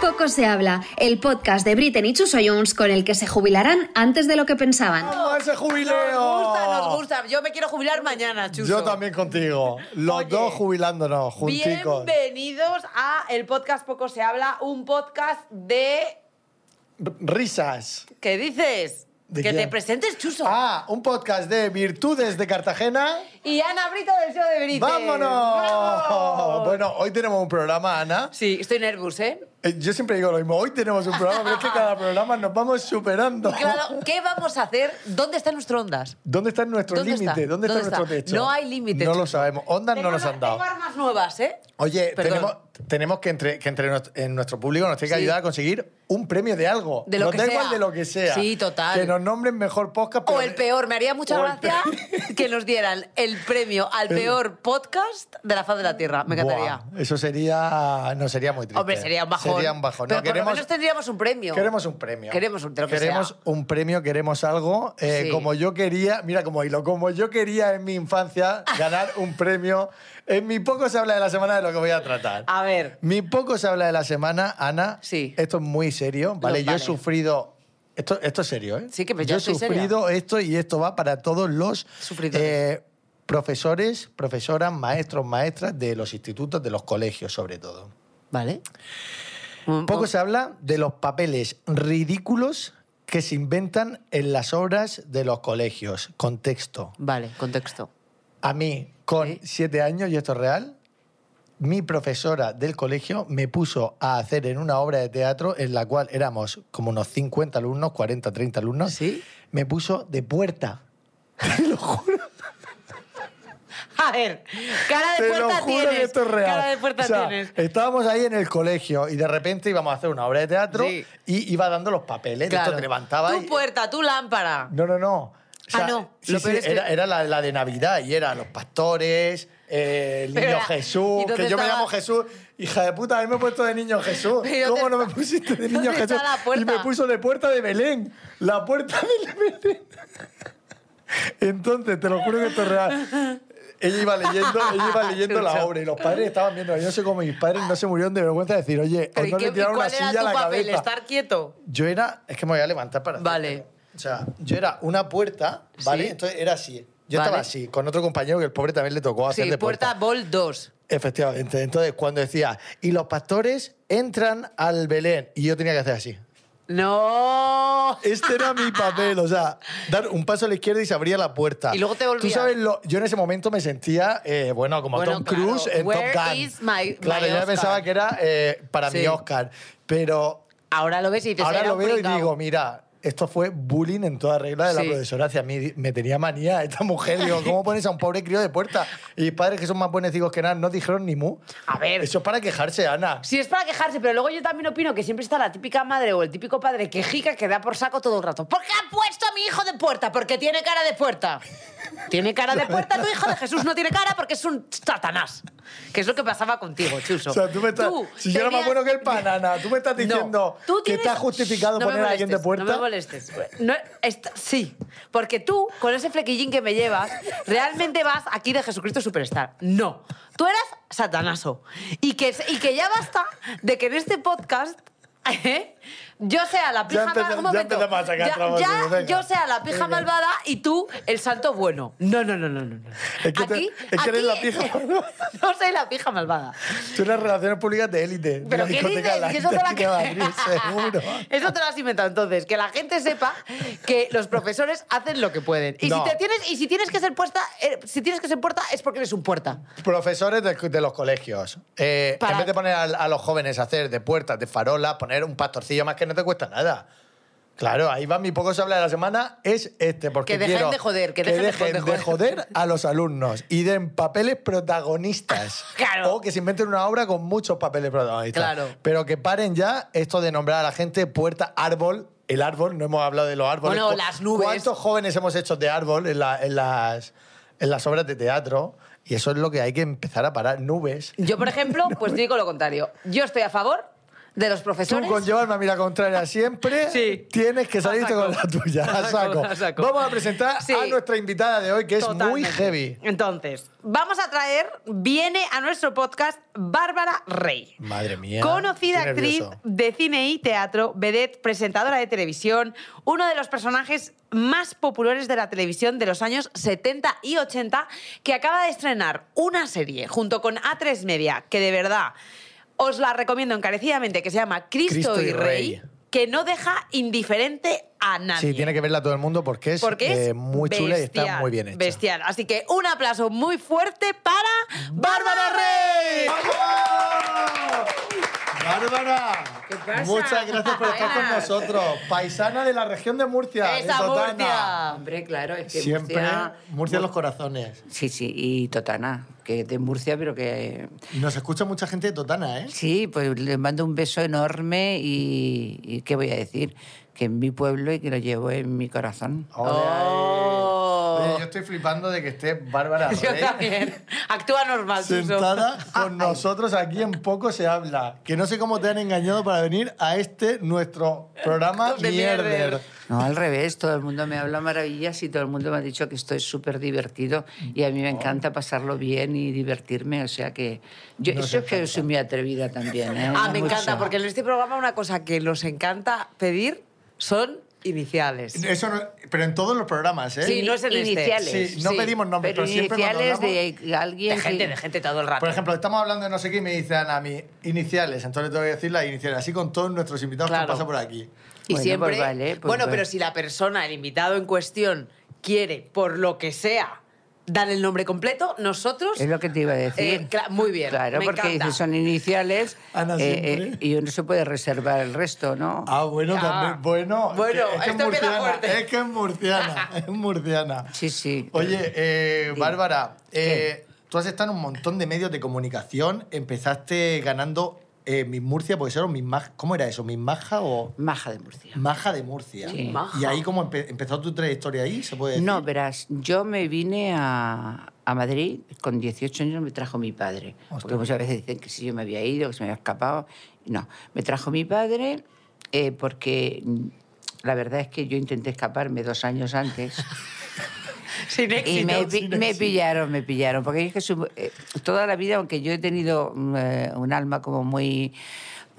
Poco se habla, el podcast de Britten y Chuso Jones con el que se jubilarán antes de lo que pensaban. ¡Vamos a ese jubileo! Nos gusta, nos gusta. Yo me quiero jubilar mañana, Chuso. Yo también contigo. Los Oye, dos jubilándonos, junticos. Bienvenidos a el podcast Poco se habla, un podcast de R- Risas. ¿qué dices? ¿De que quién? te presentes, Chuso. Ah, un podcast de virtudes de Cartagena. Y Ana Brito del show de Brite. ¡Vámonos! ¡Vamos! Bueno, hoy tenemos un programa, Ana. Sí, estoy nervioso, ¿eh? Eh, Yo siempre digo lo mismo, hoy tenemos un programa, pero es que cada programa nos vamos superando. Claro, ¿qué vamos a hacer? ¿Dónde están nuestro ondas? ¿Dónde está nuestro ¿Dónde límite? está? ¿Dónde, está ¿Dónde nuestro está? techo? No hay límite, No lo chicos. sabemos. Ondas no Tengo nos una- han dado. Tengo armas nuevas, ¿eh? Oye, Perdón. tenemos, tenemos que, entre, que entre nuestro- en nuestro público nos tiene que Sí. ayudar a conseguir un premio de algo. De lo nos que da sea. igual de lo que sea. Sí, total. Que nos nombren mejor podcast. O pero- el peor, me haría mucha o el gracia que nos dieran el premio al peor podcast de la faz de la Tierra. Me encantaría. Buah, eso sería... No, sería muy triste. Hombre, sería un bajón. Sería un bajón. Pero No, por lo queremos, menos tendríamos un premio. queremos un premio. Queremos un- de lo que Queremos sea. un premio, queremos algo. eh, Sí. Como yo quería... Mira, como hilo. Como yo quería en mi infancia ganar un premio. En mi poco se habla de la semana de lo que voy a tratar. A ver. Mi poco se habla de la semana, Ana. Sí. Esto es muy serio, ¿vale? Lo- Yo he vale. sufrido. Esto, esto es serio, ¿eh? Sí, que pues Yo ya he estoy seria. sufrido esto y esto va para todos los Sufridores. eh, profesores, profesoras, maestros, maestras de los institutos, de los colegios, sobre todo. Vale. Mm, Oh, Poco se habla de los papeles ridículos que se inventan en las obras de los colegios. Contexto. Vale, contexto. A mí, con Sí. siete años, y esto es real, mi profesora del colegio me puso a hacer en una obra de teatro en la cual éramos como unos 50 alumnos, 40, 30 alumnos, ¿Sí? me puso de puerta. A ver, cara de Te lo puerta juro tienes. que esto es real. Cara de puerta O sea, eh, tienes. Estábamos ahí en el colegio y de repente íbamos a hacer una obra de teatro Sí. y iba dando los papeles. De Claro. esto te levantaba Tu y- puerta, tu lámpara. No, no, no. Ah, no. sí, Lo sí, peor es que- era, era la, la de Navidad y era los pastores, eh, el niño Pero era- y Jesús, entonces que yo me estaba- llamo Jesús. Hija de puta, a mí me he puesto de niño Jesús. Pero ¿Cómo te- no me pusiste de niño ¿Dónde está Jesús? la puerta? Y me puso de puerta de Belén. La puerta de Belén. Entonces, te lo juro que esto es real. Ella iba leyendo, ella iba leyendo la Chucho. obra y los padres estaban viendo. Yo no sé cómo mis padres no se murieron de vergüenza de decir, oye, Pero os ¿y no qué- le y tiraron una ¿Cuál silla era a la tu papel? cabeza. Estar quieto. Yo era, es que me voy a levantar para Vale. hacértelo. O sea, yo era una puerta, ¿vale? Sí. Entonces era así. Yo Vale. estaba así, con otro compañero que el pobre también le tocó hacer Sí, de puerta puerta. Bol 2. Efectivamente. Entonces, cuando decía, y los pastores entran al Belén, y yo tenía que hacer así. No. Este era mi papel, o sea, dar un paso a la izquierda y se abría la puerta. Y luego te Tú volvías. sabes, lo- yo en ese momento me sentía, eh, bueno, como Bueno, Tom claro. Cruise en Where Top Gun. is my- claro, my yo ya Oscar? pensaba que era eh, para mi Sí. Oscar. Pero Ahora lo ves y dices, Ahora era lo un veo y pringao. digo, mira, esto fue bullying en toda regla de la Sí. profesora hacia mí. Me tenía manía esta mujer. Digo, ¿cómo pones a un pobre crío de puerta? Y mis padres, que son más buenecicos que nada, no dijeron ni mu. A ver. Eso es para quejarse, Ana. Si es para quejarse, pero luego yo también opino que siempre está la típica madre o el típico padre quejica que da por saco todo el rato. ¿Por qué ha puesto a mi hijo de puerta? Porque tiene cara de puerta. Tiene cara de puerta, tu hijo de Jesús no tiene cara porque es un satanás. Que es lo que pasaba contigo, Chuso. O sea, tú me estás... si yo era más tenías- bueno que el pan, Ana, tú me estás No. diciendo Tú que tienes- está justificado No me poner a alguien de molestes, puerta. No me molestes. No, esta- sí, porque tú, con ese flequillín que me llevas, realmente vas aquí de Jesucristo Superstar. No, tú eras satanaso. Y que, y que ya basta de que en este podcast... ¿eh? Yo sea la pija empezamos- malvada. un ya momento. empezamos a sacar Ya- tramos, ya venga. yo sea la pija Venga. malvada y tú el santo bueno. No, no, no, no, no. no. Es que te- Aquí- es que eres aquí- la pija malvada. No soy la pija malvada. Tú eres relaciones públicas de élite. de ¿Pero la qué discoteca dices? Light Que eso te de lo aquí de Madrid, seguro. Eso te lo has inventado entonces. Que la gente sepa que los profesores hacen lo que pueden. Y, No. si, te tienes, y si tienes que ser puesta, eh, si tienes que ser puerta, es porque eres un puerta. Profesores de, de los colegios. Eh, Para- En vez de poner a, a los jóvenes a hacer de puertas, de farolas, poner un pastorcillo más que no te cuesta nada. Claro, ahí va mi poco se habla de la semana, es este, porque Que dejen quiero de joder, que dejen de joder. joder a los alumnos y den papeles protagonistas. Claro. O que se inventen una obra con muchos papeles protagonistas. Claro. Pero que paren ya esto de nombrar a la gente puerta, árbol, el árbol, no hemos hablado de los árboles. Bueno, ¿Cu- las nubes. ¿Cuántos jóvenes hemos hecho de árbol en, la- en las, en las obras de teatro? Y eso es lo que hay que empezar a parar, nubes. Yo, por ejemplo, pues digo lo contrario. Yo estoy a favor de los Tú profesores. con llevarme a mira contraria siempre Sí. tienes que salirte A saco. con la tuya. A A saco. saco, a saco. Vamos a presentar Sí. a nuestra invitada de hoy, que es muy Totalmente. heavy. Entonces, vamos a traer, viene a nuestro podcast Bárbara Rey. Madre mía. Conocida Qué actriz nervioso. de cine y teatro, vedette, presentadora de televisión, uno de los personajes más populares de la televisión de los años 70 y 80, que acaba de estrenar una serie junto con A3 Media, que de verdad os la recomiendo encarecidamente, que se llama Cristo, Cristo y y Rey, Rey. que no deja indiferente a nadie. Sí, tiene que verla todo el mundo porque es, Porque es eh, muy chula y está bestial, muy bien hecha. Bestial. Así que un aplauso muy fuerte para Bárbara Rey. ¡Vamos! Bárbara, ¿Qué pasa? muchas gracias por estar con nosotros. Paisana de la región de Murcia, de Esa Totana. Murcia. Hombre, claro, es que Siempre Murcia... Murcia en los corazones. Sí, sí, y Totana, que es de Murcia, pero que... Y nos escucha mucha gente de Totana, ¿eh? Sí, pues le mando un beso enorme y, y ¿qué voy a decir? Que es mi pueblo y que lo llevo en mi corazón. Ole, Oh. ahí. Oye, yo estoy flipando de que esté Bárbara Yo Rey también. Ah, Actúa normal, Suso. sentada con nosotros aquí en Poco se habla. Que no sé cómo te han engañado para venir a este nuestro programa De Mierder. mierder. No, al revés, todo el mundo me habla maravillas y todo el mundo me ha dicho que esto es súper divertido y a mí me encanta pasarlo bien y divertirme, o sea que... Yo, eso es que soy muy atrevida también, ¿eh? Ah, me encanta, Mucho. porque en este programa una cosa que nos encanta pedir son iniciales. Eso no- pero en todos los programas, ¿eh? Sí, no es en este. iniciales. Sí, no pedimos nombres, pero, siempre cuando iniciales hablamos- de alguien De que- gente, de gente todo el rato. Por ejemplo, estamos hablando de no sé qué y me dicen a mí iniciales, entonces tengo que decir las iniciales, así con todos nuestros invitados que Claro. han pasado por aquí. Y Bueno, pues siempre. vale, pues bueno, vale. pero si la persona, el invitado en cuestión, quiere, por lo que sea, dar el nombre completo, nosotros. Es lo que te iba a decir. Eh, cla- muy bien, Claro, me porque encanta. dices, son iniciales eh, Ana, siempre. y uno se puede reservar el resto, ¿no? Ah, bueno, Ah. también. Bueno, Bueno, que- es que es esto empieza murciana. fuerte. Es que es murciana, es murciana. Sí, sí. Oye, eh, Dime. Bárbara, eh, tú has estado en un montón de medios de comunicación, empezaste ganando eh, Miss Murcia, porque eso era Miss Maja. ¿Cómo era eso? ¿Miss Maja o...? Maja de Murcia. Maja de Murcia. Sí. Maja. ¿Y ahí cómo empe- empezó tu trayectoria ahí? ¿Se puede decir? No, verás, yo me vine a, a Madrid con 18 años, me trajo mi padre. Porque muchas veces dicen que si yo me había ido, que se me había escapado. No, me trajo mi padre eh, porque mm, la verdad es que yo intenté escaparme dos años antes. sin Y éxito. me, pi- sin me éxito. pillaron, me pillaron. Porque es que su- eh, toda la vida, aunque yo he tenido mm, eh, un alma como muy,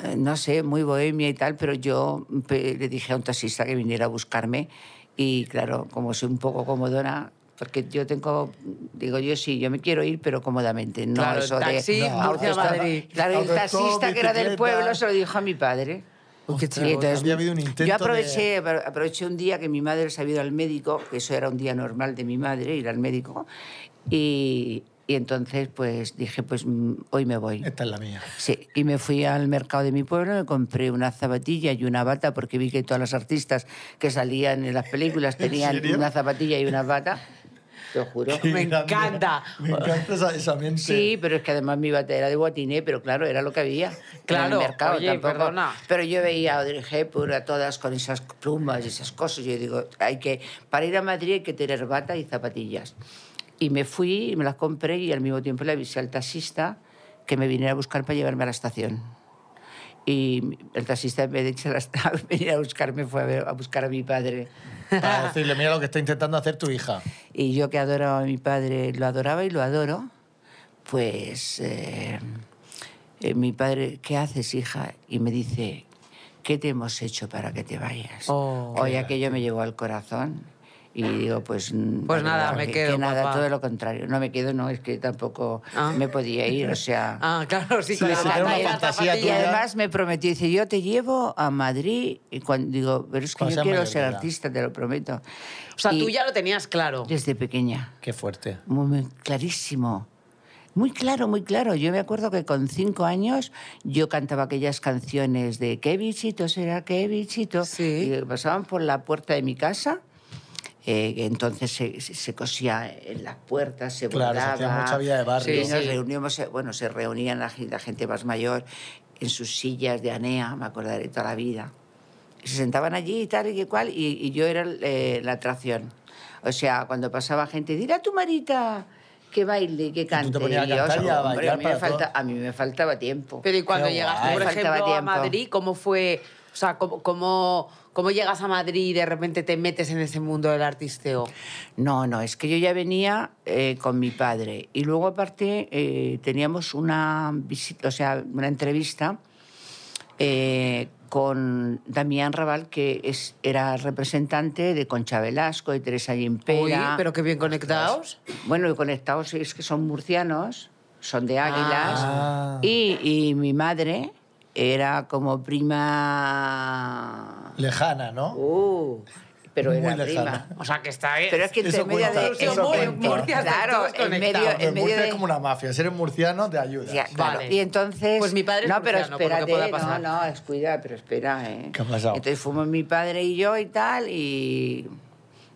eh, no sé, muy bohemia y tal, pero yo mm, pe- le dije a un taxista que viniera a buscarme. Y claro, como soy un poco comodona, porque yo tengo, digo yo sí, yo me quiero ir, pero cómodamente. No Claro, eso taxi, de No, Murcia, autostop. Madrid. Claro, el Autostop, taxista que era del bicicleta. pueblo se lo dijo a mi padre. Uy, qué Y chulo, había habido un intento Yo de- aproveché apro- aproveché un día que mi madre se había ido al médico, que eso era un día normal de mi madre, ir al médico, y, y entonces pues dije, pues mm, hoy me voy. Esta es la mía. Sí, y me fui al mercado de mi pueblo, me compré una zapatilla y una bata, porque vi que todas las artistas que salían en las películas tenían serio? una zapatilla y una bata, te lo juro. Qué Me grande. encanta. Me encanta esa, esa mente. Sí, pero es que además mi bata era de guatiné, pero claro, era lo que había. Claro, en el mercado oye, tampoco. perdona. Pero yo veía a Audrey Hepburn, a todas con esas plumas y esas cosas. Yo digo, hay que, para ir a Madrid hay que tener bata y zapatillas. Y me fui, y me las compré y al mismo tiempo le avisé al taxista que me viniera a buscar para llevarme a la estación. Y el taxista, en vez de echar hasta venir a buscarme, fue a, ver- a buscar a mi padre. Para decirle, mira lo que está intentando hacer tu hija. Y yo que adoraba a mi padre, lo adoraba y lo adoro, pues eh, eh, mi padre, ¿qué haces, hija? Y me dice, ¿qué te hemos hecho para que te vayas? Oh. Oye, aquello me llevó al corazón. Y digo, pues... mm, Pues la nada, verdad me que- quedo, que nada, papá. todo lo contrario. No me quedo, no, es que tampoco Ah. me podía ir, o sea... Ah, claro, sí, Sí, con la sí, bata era una y la fantasía Y tuya. zapatilla. además me prometió, dice, yo te llevo a Madrid. Y cuando digo, pero es que Cuando yo seas quiero mayor de ser edad. artista, te lo prometo. O sea, Y tú ya lo tenías claro. Desde pequeña. Qué fuerte. Muy, muy clarísimo. Muy claro, muy claro. Yo me acuerdo que con cinco años yo cantaba aquellas canciones de qué bichito será, qué bichito. Sí. Y pasaban por la puerta de mi casa. eh, que entonces se, se- se cosía en las puertas, se Claro, se bordaba. hacía mucha vida de barrio. Y Sí, nos sí. reuníamos, eh, bueno, se reunían la, gen- la gente más mayor en sus sillas de anea, me acordaré toda la vida. Y se sentaban allí y tal y que cual, y, y yo era eh, la atracción. O sea, cuando pasaba gente, dirá tu marita que baile, que tú te cante. ponías a y yo, cantar y a hombre, bailar mí para me falta- todo. a mí me faltaba tiempo. Pero ¿y cuando Qué guay. llegaste, por Me Oh, faltaba ejemplo, a tiempo. Madrid, cómo fue? O sea, ¿cómo, cómo, cómo llegas a Madrid y de repente te metes en ese mundo del artisteo? No, no, es que yo ya venía eh, con mi padre. Y luego, aparte, eh, teníamos una visita, o sea, una entrevista eh, con Damián Raval, que es, era representante de Concha Velasco, de Teresa Uy, Gimpera. pero qué bien conectados. Bueno, y conectados es que son murcianos, son de Águilas. Ah. Y, y mi madre era como prima... Lejana, ¿no? Uh, pero Muy era lejana. prima. O sea, que está bien. Pero es que Eso entre medio de... cuenta, eso en- en- cuenta. Murcia están claro, todos en medio, conectados. Pero en en medio Murcia de... es como una mafia. Si eres murciano, te ayuda. Ya, claro. Vale. Y entonces... Pues mi padre es No, pero murciano, por lo que espérate, pueda pasar. no, no, es, cuida, pero espera, ¿eh? ¿Qué ha pasado? Entonces fuimos mi padre y yo y tal, y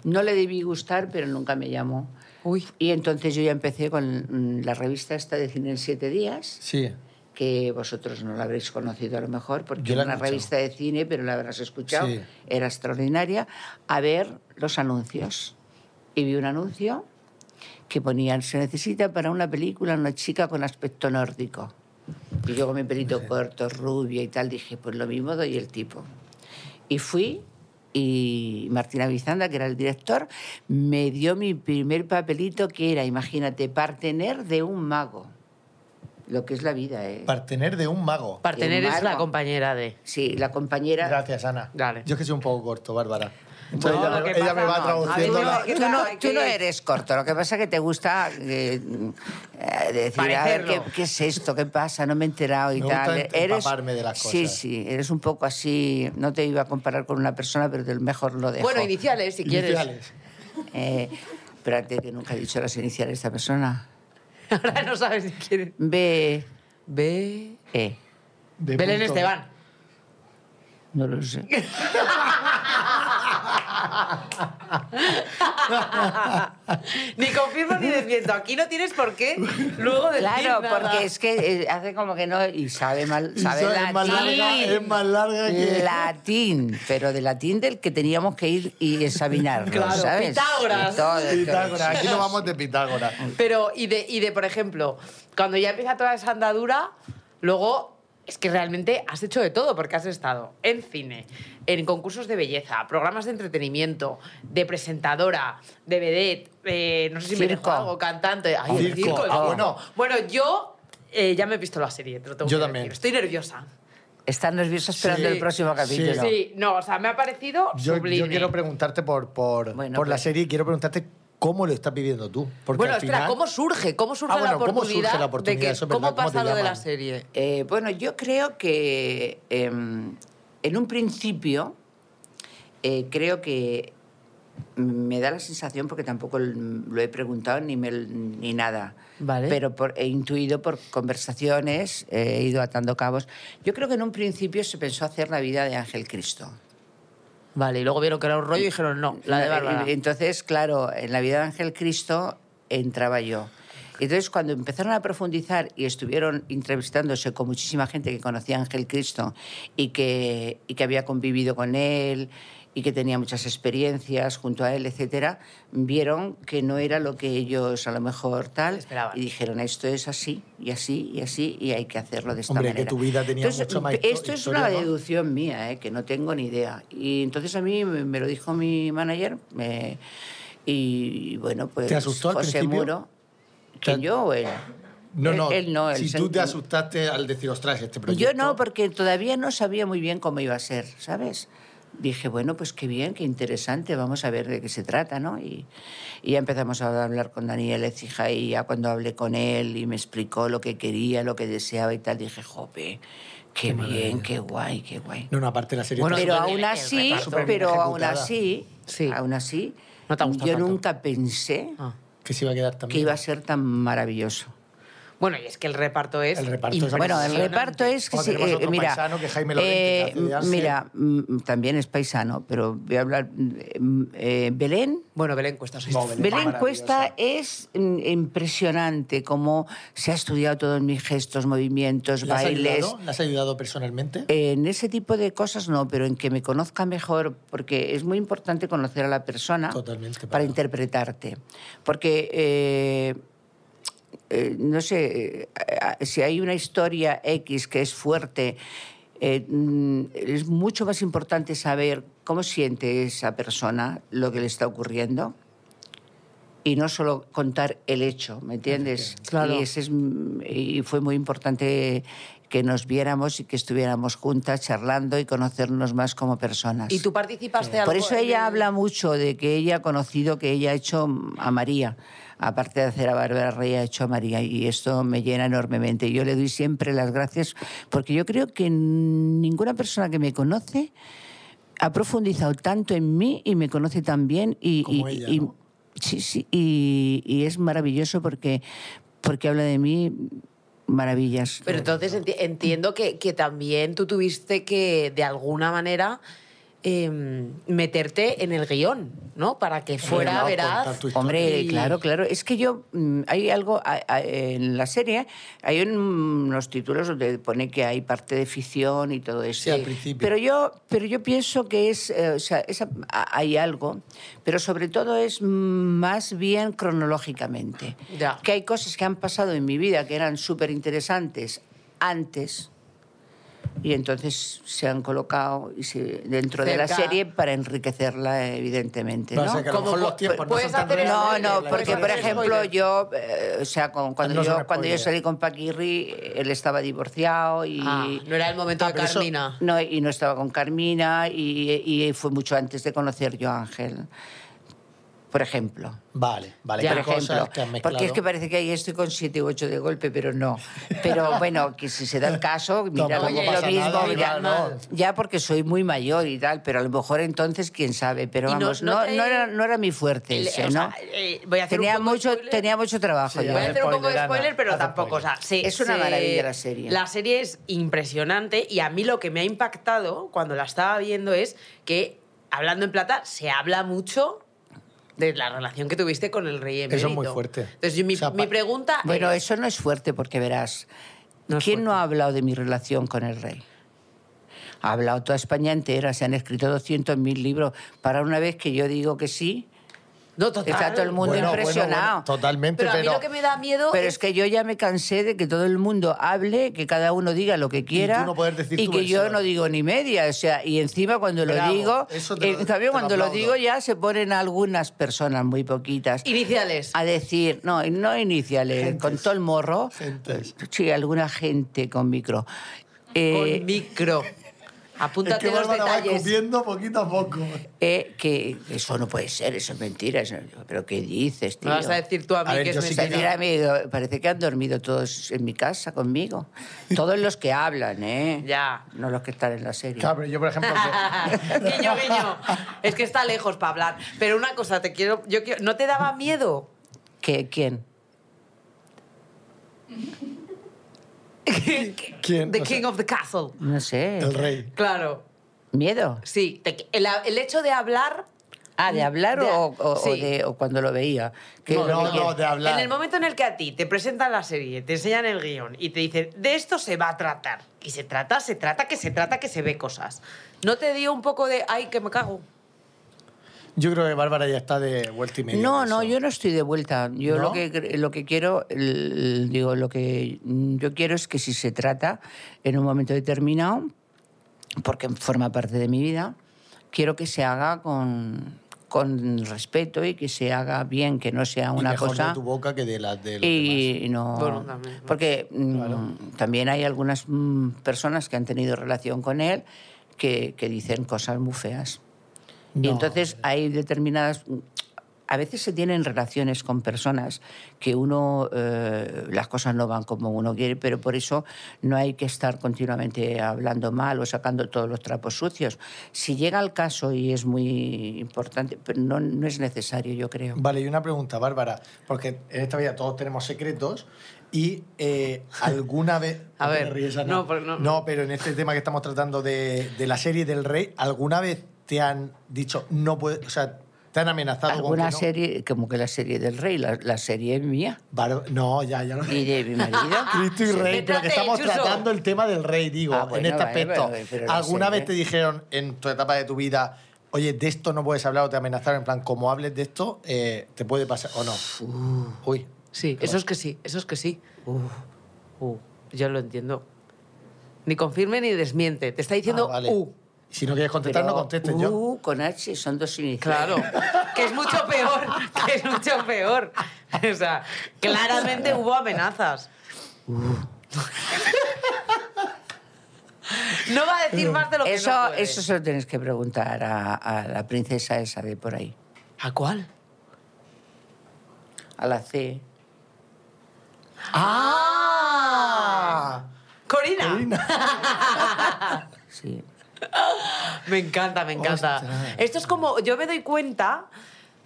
no le debí gustar, pero nunca me llamó. Uy. Y entonces yo ya empecé con mm, la revista esta de cine en siete días, Sí. que vosotros no la habréis conocido a lo mejor, porque Yo la era he una escuchado. revista de cine, pero la habrás escuchado, Sí. era extraordinaria, a ver los anuncios. Y vi un anuncio que ponían, se necesita para una película una chica con aspecto nórdico. Y yo con mi pelito corto, rubia y tal, dije, pues lo mismo doy el tipo. Y fui y Martina Vizanda, que era el director, me dio mi primer papelito que era, imagínate, partener de un mago. Lo que es la vida, ¿eh? Partener de un mago. Partener es embargo- la compañera de... sí, la compañera... Gracias, Ana. Dale. Yo es que soy un poco corto, Bárbara. No, ella lo me- que ella me va pasa, no. Tú traduciendo. no, la- tú no- tú no eres corto, lo que pasa es que te gusta eh, eh, decir, a ver, ¿qué, Parecerlo. qué es esto? ¿Qué pasa? No me he enterado y Me gusta tal. empaparme de las Sí, cosas. sí, eres un poco así, no te iba a comparar con una persona, pero del mejor lo dejo. Bueno, iniciales, si quieres. Iniciales. Eh, espérate, que nunca he dicho las iniciales de esta persona. Ahora no sabes si quieres. B, Ve... E. De Belén punto. Esteban. No lo sé. ni confirmo ni desmiento. Aquí no tienes por qué luego decir Claro, nada. porque es que eh, hace como que no y sabe mal, Y sabe eso latín. es, más larga, es más larga que... Latín, pero de latín del que teníamos que ir y examinarlo, Claro, ¿sabes? Pitágoras. Y todo, todo. Pitágoras. Aquí no vamos de Pitágoras. Pero, y de, y de, por ejemplo, cuando ya empieza toda esa andadura, luego es que realmente has hecho de todo, porque has estado en cine, en concursos de belleza, programas de entretenimiento, de presentadora, de vedette, eh, no sé si me Circo. dejo algo, cantante. Ay, Circo. el circo, el Ah, circo. bueno. Bueno, yo eh, ya me he visto la serie, te lo tengo Yo que también. decir. Estoy nerviosa. Están nerviosos esperando Sí, el próximo sí. capítulo. No. Sí, no, o sea, me ha parecido Yo, yo sublime. quiero preguntarte por, por, Bueno, por la pues- serie y quiero preguntarte cómo lo estás viviendo tú. Porque bueno, al espera, final- ¿cómo surge? ¿Cómo surge, Ah, bueno, la, ¿cómo oportunidad surge la oportunidad? de que, Eso es verdad, ¿cómo ¿Cómo pasa te lo de la llaman? serie? Eh, bueno, yo creo que eh, en un principio eh, creo que me da la sensación, porque tampoco lo he preguntado ni, me- ni nada, Vale. pero por- he intuido por conversaciones, eh, he ido atando cabos. Yo creo que en un principio se pensó hacer la vida de Ángel Cristo. Vale, y luego vieron que era un rollo y dijeron, no, la de Bárbara. Eh, Entonces, claro, en la vida de Ángel Cristo entraba yo. Entonces, cuando empezaron a profundizar y estuvieron entrevistándose con muchísima gente que conocía a Ángel Cristo y que, y que había convivido con él y que tenía muchas experiencias junto a él, etcétera, vieron que no era lo que ellos a lo mejor tal Esperaban. y dijeron esto es así y así y así y hay que hacerlo de esta Hombre, que manera. tu vida tenía mucho más histo- Esto es historia, una ¿no? deducción deducción mía, eh, que no tengo ni idea. Y entonces a mí me me lo dijo mi manager eh, y, bueno, pues ¿Te asustó al José principio? Muro, que ¿Te- yo o él. No, Él- no, Eh, él no, él si se- tú te asustaste al decir, ostras, este proyecto... Yo no, porque todavía no sabía muy bien cómo iba a ser, ¿sabes? Dije, bueno, pues qué bien, qué interesante, vamos a ver de qué se trata, ¿no? Y, y ya empezamos a hablar con Daniel Ecija y ya cuando hablé con él y me explicó lo que quería, lo que deseaba y tal, dije, jope, qué, bien, qué guay, qué guay. No, no, aparte la serie... Bueno, está pero súper aún bien así, ejecutada. Súper bien pero aún ejecutada. así, Sí. aún así, No te ha gustado yo tanto. nunca pensé Ah. súper- Que se iba a quedar que también. iba a ser tan maravilloso. Bueno, y es que el reparto es. El reparto es Bueno, el impresionante. reparto es que Joder, sí, tenemos eh, otro mira, eh, paisano que Jaime Lorente, que hace de Arce. mira, mm, también es paisano, pero voy a hablar mm, eh, Belén. Bueno, Belén Cuesta sois- No, Belén. Belén maravillosa. Cuesta es mm, impresionante cómo se ha estudiado todos mis gestos, movimientos, ¿La has bailes. Eh, ayudado? ¿La has ayudado personalmente? En ese tipo de cosas no, pero en que me conozca mejor, porque es muy importante conocer a la persona Totalmente, para para- interpretarte. Porque eh, eh, no sé, eh, a- si hay una historia X que es fuerte, eh, mm, es mucho más importante saber cómo siente esa persona lo que le está ocurriendo y no solo contar el hecho, ¿me entiendes? Claro. Y, ese es, mm, y fue muy importante que nos viéramos y que estuviéramos juntas charlando y conocernos más como personas. Y tú participaste algo Por eso en ella el- habla mucho de que ella ha conocido, que ella ha hecho a María. Aparte de hacer a Bárbara Rey, ha hecho a María. Y esto me llena enormemente. Yo le doy siempre las gracias porque yo creo que ninguna persona que me conoce ha profundizado tanto en mí y me conoce tan bien. Y, Como y- ella, y- ¿no? Sí, sí. Y, y es maravilloso porque, porque habla de mí maravillas. Pero entonces enti- entiendo que, que también tú tuviste que, de alguna manera, eh, meterte en el guión, ¿no? Para que fuera no, veraz. contar tu historia. Hombre, Y- claro, claro. Es que yo, mm, hay algo, a- a- en la serie hay un- unos títulos donde pone que hay parte de ficción y todo eso. Sí, al principio. Pero yo, pero yo pienso que es, eh, o sea, esa- a- hay algo, pero sobre todo es más bien cronológicamente. Ya. Que hay cosas que han pasado en mi vida que eran súper interesantes antes y entonces se han colocado y se- dentro de la Cerca. serie para enriquecerla, evidentemente. ¿no? Pasa que a lo Como mejor pu- los tiempos no son puedes tan hacer el- reales. No, Spoiler, no, la porque historia por es ejemplo spoiler. yo, eh, o sea, con- cuando, No es yo, un cuando yo spoiler. salí con Paquirri, él estaba divorciado y Ah, no era el momento de pero eso- Carmina. no, y no estaba con Carmina y, y fue mucho antes de conocer yo a Ángel, por ejemplo. Vale, vale. Ya. qué Por ejemplo, cosas que han mezclado. porque es que parece que ahí estoy con 7 u 8 de golpe, pero no. Pero bueno, que si se da el caso, mira, Tampoco lo pasa mismo, nada, mira, mira, no. ya porque soy muy mayor y tal, pero a lo mejor entonces quién sabe, pero Y no- vamos, no no, te- no era, no era mi fuerte El- ese, o ¿no? sea, eh, voy a hacer tenía un poco de mucho, spoiler. tenía mucho trabajo Sí, yo. ¿eh? Voy a hacer un poco de Spoiler, Ana. spoiler, pero Haz tampoco. O sea, se- Es una se- maravilla la serie. La serie es impresionante y a mí lo que me ha impactado cuando la estaba viendo es que, hablando en plata, se habla mucho de la relación que tuviste con el rey emérito. es muy fuerte. Entonces, yo- mi, O sea, mi pa- pregunta Bueno, es... eso no es fuerte porque verás, No es ¿quién no fuerte. ha hablado de mi relación con el rey? Ha hablado toda España entera, se han escrito 200.000 libros. Para una vez que yo digo que sí, No, total. está todo el mundo Bueno, bueno, impresionado. bueno, totalmente, Pero pero, a mí lo que me da miedo Pero es... es que yo ya me cansé de que todo el mundo hable, que cada uno diga lo que quiera tú no poder decir y tu que yo versión. no digo ni media. O sea, y encima cuando lo Bravo, digo, eso te lo- en te cambio lo cuando lo, aplaudo. digo ya se ponen algunas personas muy poquitas Iniciales. a decir, no, no iniciales, con todo el morro. Gentes. Sí, alguna gente con micro. Eh, Con micro. Es que Apúntate los Bárbara va detalles. comiendo poquito a poco. eh, que eso no puede ser, eso es mentira. eso- pero ¿qué dices, Me tío? vas a decir tú a mí A ver, que es yo sí que- mentira. Decir, amigo, parece que han dormido todos en mi casa conmigo. Todos los que hablan, ¿eh? Ya. No los que están en la serie. Claro, pero yo, por ejemplo... que- guiño, guiño. Es que está lejos para hablar. Pero una cosa, te quiero, yo quiero- ¿No te daba miedo? ¿Qué- ¿Quién? ¿Quién? The O sea, King of the Castle. No sé. el rey. Claro. ¿Miedo? Sí. te- el, el hecho de hablar. Ah, ¿de hablar De- o, o- o Mm, sí. de, o cuando lo veía? ¿Qué No, es lo que no, quiere? no, de hablar. En el momento en el que a ti te presentan la serie, te enseñan el guión y te dicen, de esto se va a tratar. Y se trata, se trata, que se trata, que se ve cosas. ¿No te dio un poco de, ay, que me cago? Yo creo que Bárbara ya está de vuelta y media. No, con no, eso. yo no estoy de vuelta. Yo ¿No? lo que cre- lo que quiero, el- digo, lo que yo quiero es que si se trata en un momento determinado, porque forma parte de mi vida, quiero que se haga con, con respeto y que se haga bien, que no sea Y una mejor cosa de tu boca que de la de los demás. y no Bueno, también. porque mm, también hay algunas mm, personas que han tenido relación con él que, que dicen cosas muy feas y No, entonces hay determinadas a veces se tienen relaciones con personas que uno eh, las cosas no van como uno quiere pero por eso no hay que estar continuamente hablando mal o sacando todos los trapos sucios si llega el caso y es muy importante pero no, no es necesario yo creo Vale, y una pregunta, Bárbara, porque en esta vida todos tenemos secretos y eh, alguna vez... A ¿Por qué te ver, ríes, Ana? no, pero no- pero en este tema que estamos tratando de, de la serie del rey, ¿alguna vez te han dicho no puedes... O sea, te han amenazado con que alguna no? serie, como que la serie del rey, la, la serie mía Bar- No, ya, ya lo y de mi marido. Cristo y Rey, pero que Espérate, estamos Chuso. tratando el tema del rey, digo, Ah, bueno, en este vale, aspecto. vale, pero no ¿Alguna sé, vez ¿eh? te dijeron en tu etapa de tu vida, oye, de esto no puedes hablar o te amenazaron? En plan, como hables de esto, eh, te puede pasar o no. Uy, Sí, esos que sí, esos que sí. Uh, yo lo entiendo. Ni confirme ni desmiente. Te está diciendo Ah, vale. uh. Si no quieres contestar, no Pero uh. contestes yo. U con H son dos iniciales. Claro, que es mucho peor, que es mucho peor. O sea, claramente hubo amenazas. No va a decir más de lo que Eso, no puede. eso se lo tenéis que preguntar a, a la princesa esa de por ahí, ¿A cuál? a la C. ¡Ah! Corina. Sí. Me encanta, me encanta. Ostras. Esto es como, yo me doy cuenta,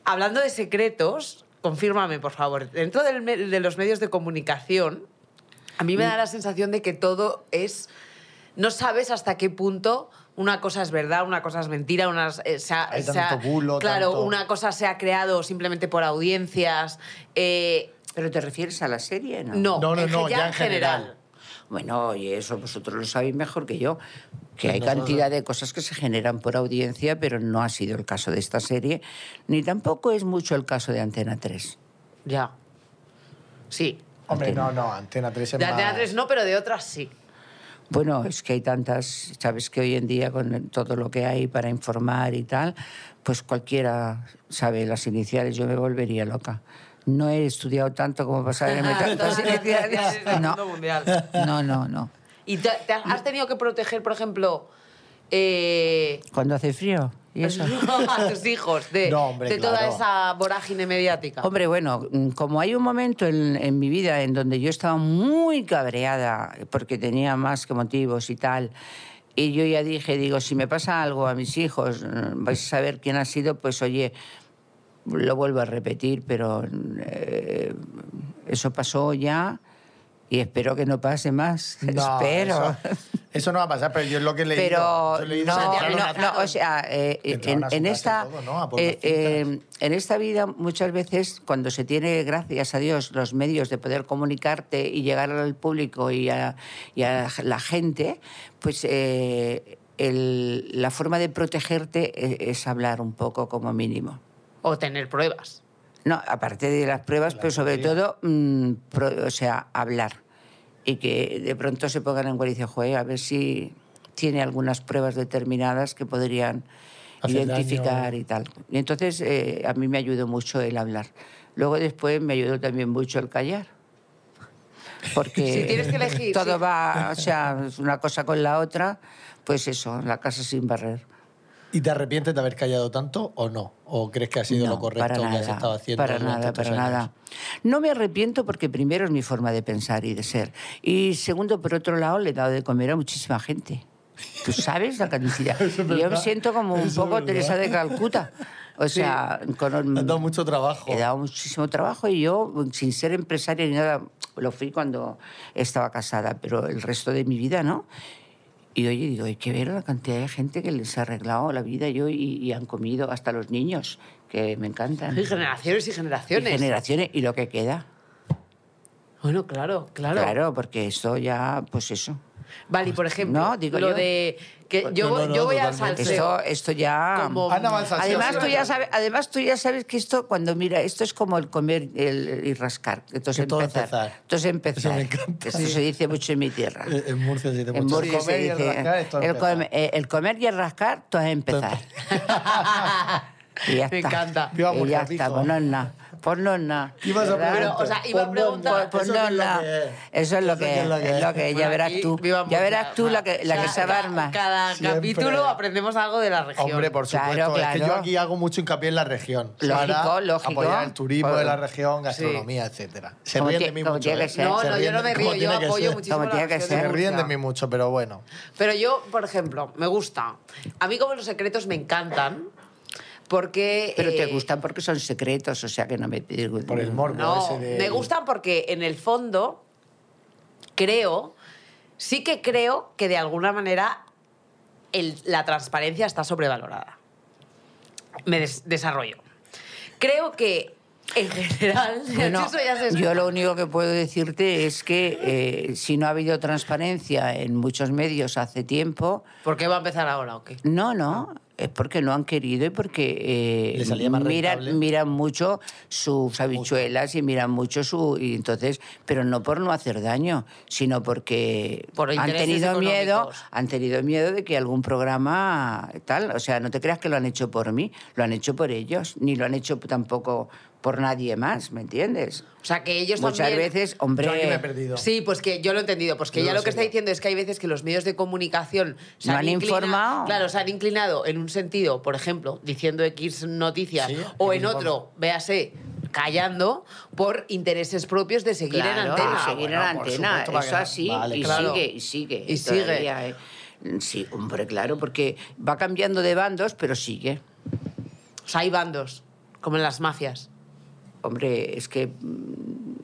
hablando de secretos, confírmame, por favor, dentro del me- de los medios de comunicación, a mí me Mm. da la sensación de que todo es, no sabes hasta qué punto una cosa es verdad, una cosa es mentira, una, eh, se ha- Hay se ha- tanto bulo, claro, tanto- una cosa se ha creado simplemente por audiencias. eh, ¿Pero te refieres a la serie, no? no, No, no, en ge- no, ya en general. Bueno, oye, eso vosotros lo sabéis mejor que yo. Que hay Nosotros- cantidad de cosas que se generan por audiencia, pero no ha sido el caso de esta serie, ni tampoco es mucho el caso de Antena 3. Ya. Sí. Hombre, no, no, Antena 3 es De más... Antena 3 no, pero de otras sí. Bueno, es que hay tantas, sabes que hoy en día con todo lo que hay para informar y tal, pues cualquiera sabe las iniciales, yo me volvería loca. No he estudiado tanto como para saberme tantas iniciales. Del No, mundo mundial. no, no, no. ¿Y te, te has tenido que proteger, por ejemplo, eh, Cuando hace frío y Pues eso. a tus hijos de, No, hombre, de toda claro. esa vorágine mediática? Hombre, bueno, mm, como hay un momento en, en mi vida en donde yo estaba muy cabreada porque tenía más que motivos y tal, y yo ya dije, digo, si me pasa algo a mis hijos, mm, vais a saber quién ha sido, pues oye, lo vuelvo a repetir, pero mm, eh, eso pasó ya y espero que no pase más. No, espero. Eso, eso no va a pasar, pero yo es lo que he leído. Pero Yo he leído que no, entraron a- no, no, o sea, eh, eh, Entraron en, a su en casa y esta, todo, ¿no? A por eh, las cintas. eh, en esta vida muchas veces cuando se tiene, gracias a Dios, los medios de poder comunicarte y llegar al público y a, y a la gente, pues eh, el- la forma de protegerte e, es, es hablar un poco como mínimo. O tener pruebas. No, aparte de las pruebas, pero sobre todo, mm, pro- o sea, hablar. Y que de pronto se pongan en cuál y dicen, "Joder, a ver si tiene algunas pruebas determinadas que podrían Hacer identificar daño. y tal. Y entonces eh, a mí me ayudó mucho el hablar. Luego después me ayudó también mucho el callar. Porque Sí, tienes que elegir, todo sí. va, o sea, es una cosa con la otra, pues eso, la casa sin barrer. ¿Y te arrepientes de haber callado tanto o no? ¿O crees que ha sido lo correcto que has estado haciendo? Para durante nada, estos para años? nada. No me arrepiento porque primero es mi forma de pensar y de ser. Y segundo, por otro lado, le he dado de comer a muchísima gente. Tú sabes la cantidad. Eso es Y yo me verdad, siento como eso un es poco verdad. Teresa de Calcuta. O sea, con Has dado mucho trabajo. He dado muchísimo trabajo y yo, sin ser empresaria ni nada, lo fui cuando estaba casada, pero el resto de mi vida, ¿no? Y oye, digo, hay que ver la cantidad de gente que les ha arreglado la vida yo y, y han comido, hasta los niños, que me encantan. Y generaciones y Y generaciones. generaciones, y lo que queda. bueno, claro, claro. Claro, porque esto ya, pues eso. Vale, y por ejemplo, No, digo lo yo. de que yo, No, voy- no, no, yo voy al totalmente. salseo. Esto, esto ya... Como- Ana Balsas, sí, Además sí, tú, sí. ya sabes, además, tú ya sabes que esto, cuando mira, esto es como el comer el- y rascar. Entonces Que todo empezar. empezar. Entonces empezar. Eso me encanta. Esto se dice mucho en mi tierra. Eh, En Murcia se dice En mucho. Murcia El comer se y el dice, rascar es todo el, empezar. come- eh, el comer y el rascar, tú has empezar. y ya Me está. encanta. Viva y Murcia, ya está, pijo. pues no es nada. Pues no es nada. Ibas a ¿Verdad? preguntar. Bueno, o sea, iba a Pues preguntar, Pues eso no es es lo nada. que es. Eso es lo que que es. es lo que es es. lo que es. Ya Bueno, verás aquí tú. viva Ya Murcia, verás tú la que, la cada- que se va a armar. Cada Siempre. capítulo aprendemos algo de la región. Hombre, por Claro, supuesto. Es que claro. yo aquí hago mucho hincapié en la región. Lógico, para lógico. Apoyar el turismo Por- de la región, gastronomía, etcétera. Se Como ríen tie- de mí como mucho. tiene que ¿eh? ser. No, Se no, yo ríen no de- me como río, yo tiene que apoyo ser. muchísimo Como la tiene que región ser. Se ríen de Murcia. mí mucho, pero bueno. Pero yo, por ejemplo, me gusta. A mí como los secretos me encantan porque... Pero te eh, gustan porque son secretos, o sea que no me Por el morbo No, ese de... me gustan porque en el fondo creo, sí que creo que de alguna manera el- la transparencia está sobrevalorada. Me des- desarrollo. Creo que en general... Bueno, Eso ya se- yo lo único que puedo decirte es que eh, si no ha habido transparencia en muchos medios hace tiempo, ¿Por qué va a empezar ahora o qué? no, no, es porque no han querido y porque eh, Ah. Le salía más rentable. miran, miran mucho sus habichuelas y miran mucho su... Y entonces, pero no por no hacer daño, sino porque Por han intereses tenido miedo, económicos. han tenido miedo de que algún programa tal, o sea, no te creas que lo han hecho por mí, lo han hecho por ellos, ni lo han hecho tampoco por nadie más, ¿me entiendes? O sea, que ellos Muchas también... veces, hombre, Yo aquí me he perdido. Sí, pues que yo lo he entendido. Pues que Yo ya lo lo que sé está ya. diciendo es que hay veces que los medios de comunicación se No han informado. Claro, se han inclinado en un sentido, por ejemplo, diciendo X noticias, Sí, o X en informe. otro, véase, callando por intereses propios de seguir en Claro, antena. y seguir Ah, bueno, en por antena, supuesto, para eso que no- así, Vale, y claro. sigue, y sigue. Y sigue. todavía, eh. Sí, hombre, claro, porque va cambiando de bandos, pero sigue. O sea, hay bandos, como en las mafias. Hombre, es que... mm,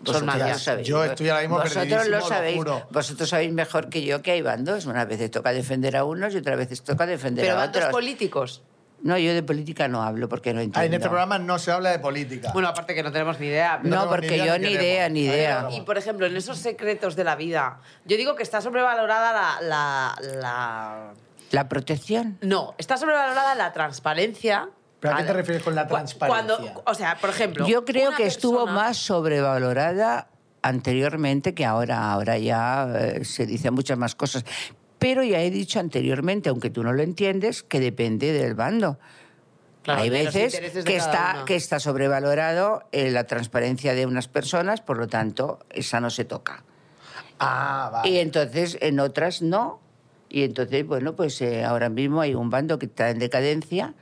Vosotros mafias. lo sabéis. Yo estoy ahora mismo Vosotros perdidísimo, lo lo sabéis. juro. Vosotros sabéis mejor que yo que hay bandos. Unas veces toca defender a unos y otras veces toca defender Pero a bandos otros. políticos. no, yo de política no hablo porque no entiendo. Ah, en este programa no se habla de política. Bueno, aparte que no tenemos ni idea. pero- No No, tengo porque ni idea ni yo ni queremos. idea, ni Ahí idea. vamos. Y por ejemplo, en esos secretos de la vida, yo digo que está sobrevalorada la- la- la La protección. No, está sobrevalorada la transparencia. ¿Pero a qué te Al- refieres con la cu- transparencia? Cuando, o sea, por ejemplo. Yo creo una que estuvo persona- más sobrevalorada anteriormente que ahora. Ahora ya eh, se dicen muchas más cosas. Pero ya he dicho anteriormente, aunque tú no lo entiendes, que depende del bando. Claro, Hay de los veces intereses de que cada está, uno. que está sobrevalorado eh, la transparencia de unas personas, por lo tanto, esa no se toca. Ah, vale. Y entonces en otras no. Y entonces, bueno, pues eh, ahora mismo hay un bando que está en decadencia.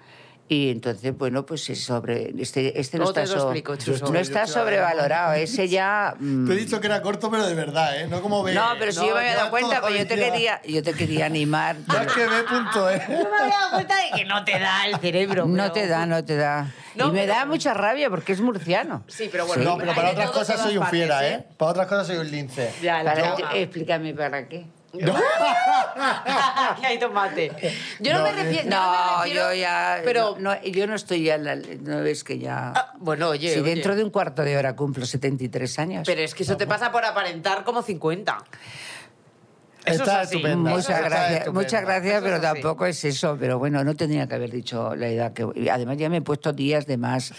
Y entonces, bueno, pues es sobre. Este, este no, Luego te está, lo so- explico, Chuso. Yo estoy- no yo está estoy sobrevalorado. Ese ya. mm, Te he dicho que era corto, pero de verdad, ¿eh? No como ve. no, pero si yo me había dado cuenta, pero yo te quería, yo te quería animar. Ya es que ve punto, ¿eh? Yo me había dado cuenta de que no te da el cerebro. No pero- te da, no te da. No, y me pero- da mucha rabia porque es murciano. Sí, pero bueno. No, pero hay para de otras todo, cosas todas soy un partes, fiera, ¿eh? Para otras cosas soy un lince. Ya, la Para- broma. explícame para qué. No. Aquí hay tomate. Yo no, No, me que- refiero. No, me refiero- yo ya. Pero. no, yo no estoy ya. en la- no es que ya. Ah, bueno, oye. si oye. dentro de un cuarto de hora cumplo 73 años. Pero es que eso te pasa por aparentar como 50. Eso es Está así. estupenda. muchas Eso está gracias, estupenda. muchas gracias, Eso es pero así. tampoco es eso. Pero bueno, no tendría que haber dicho la edad que. Además, ya me he puesto días de más.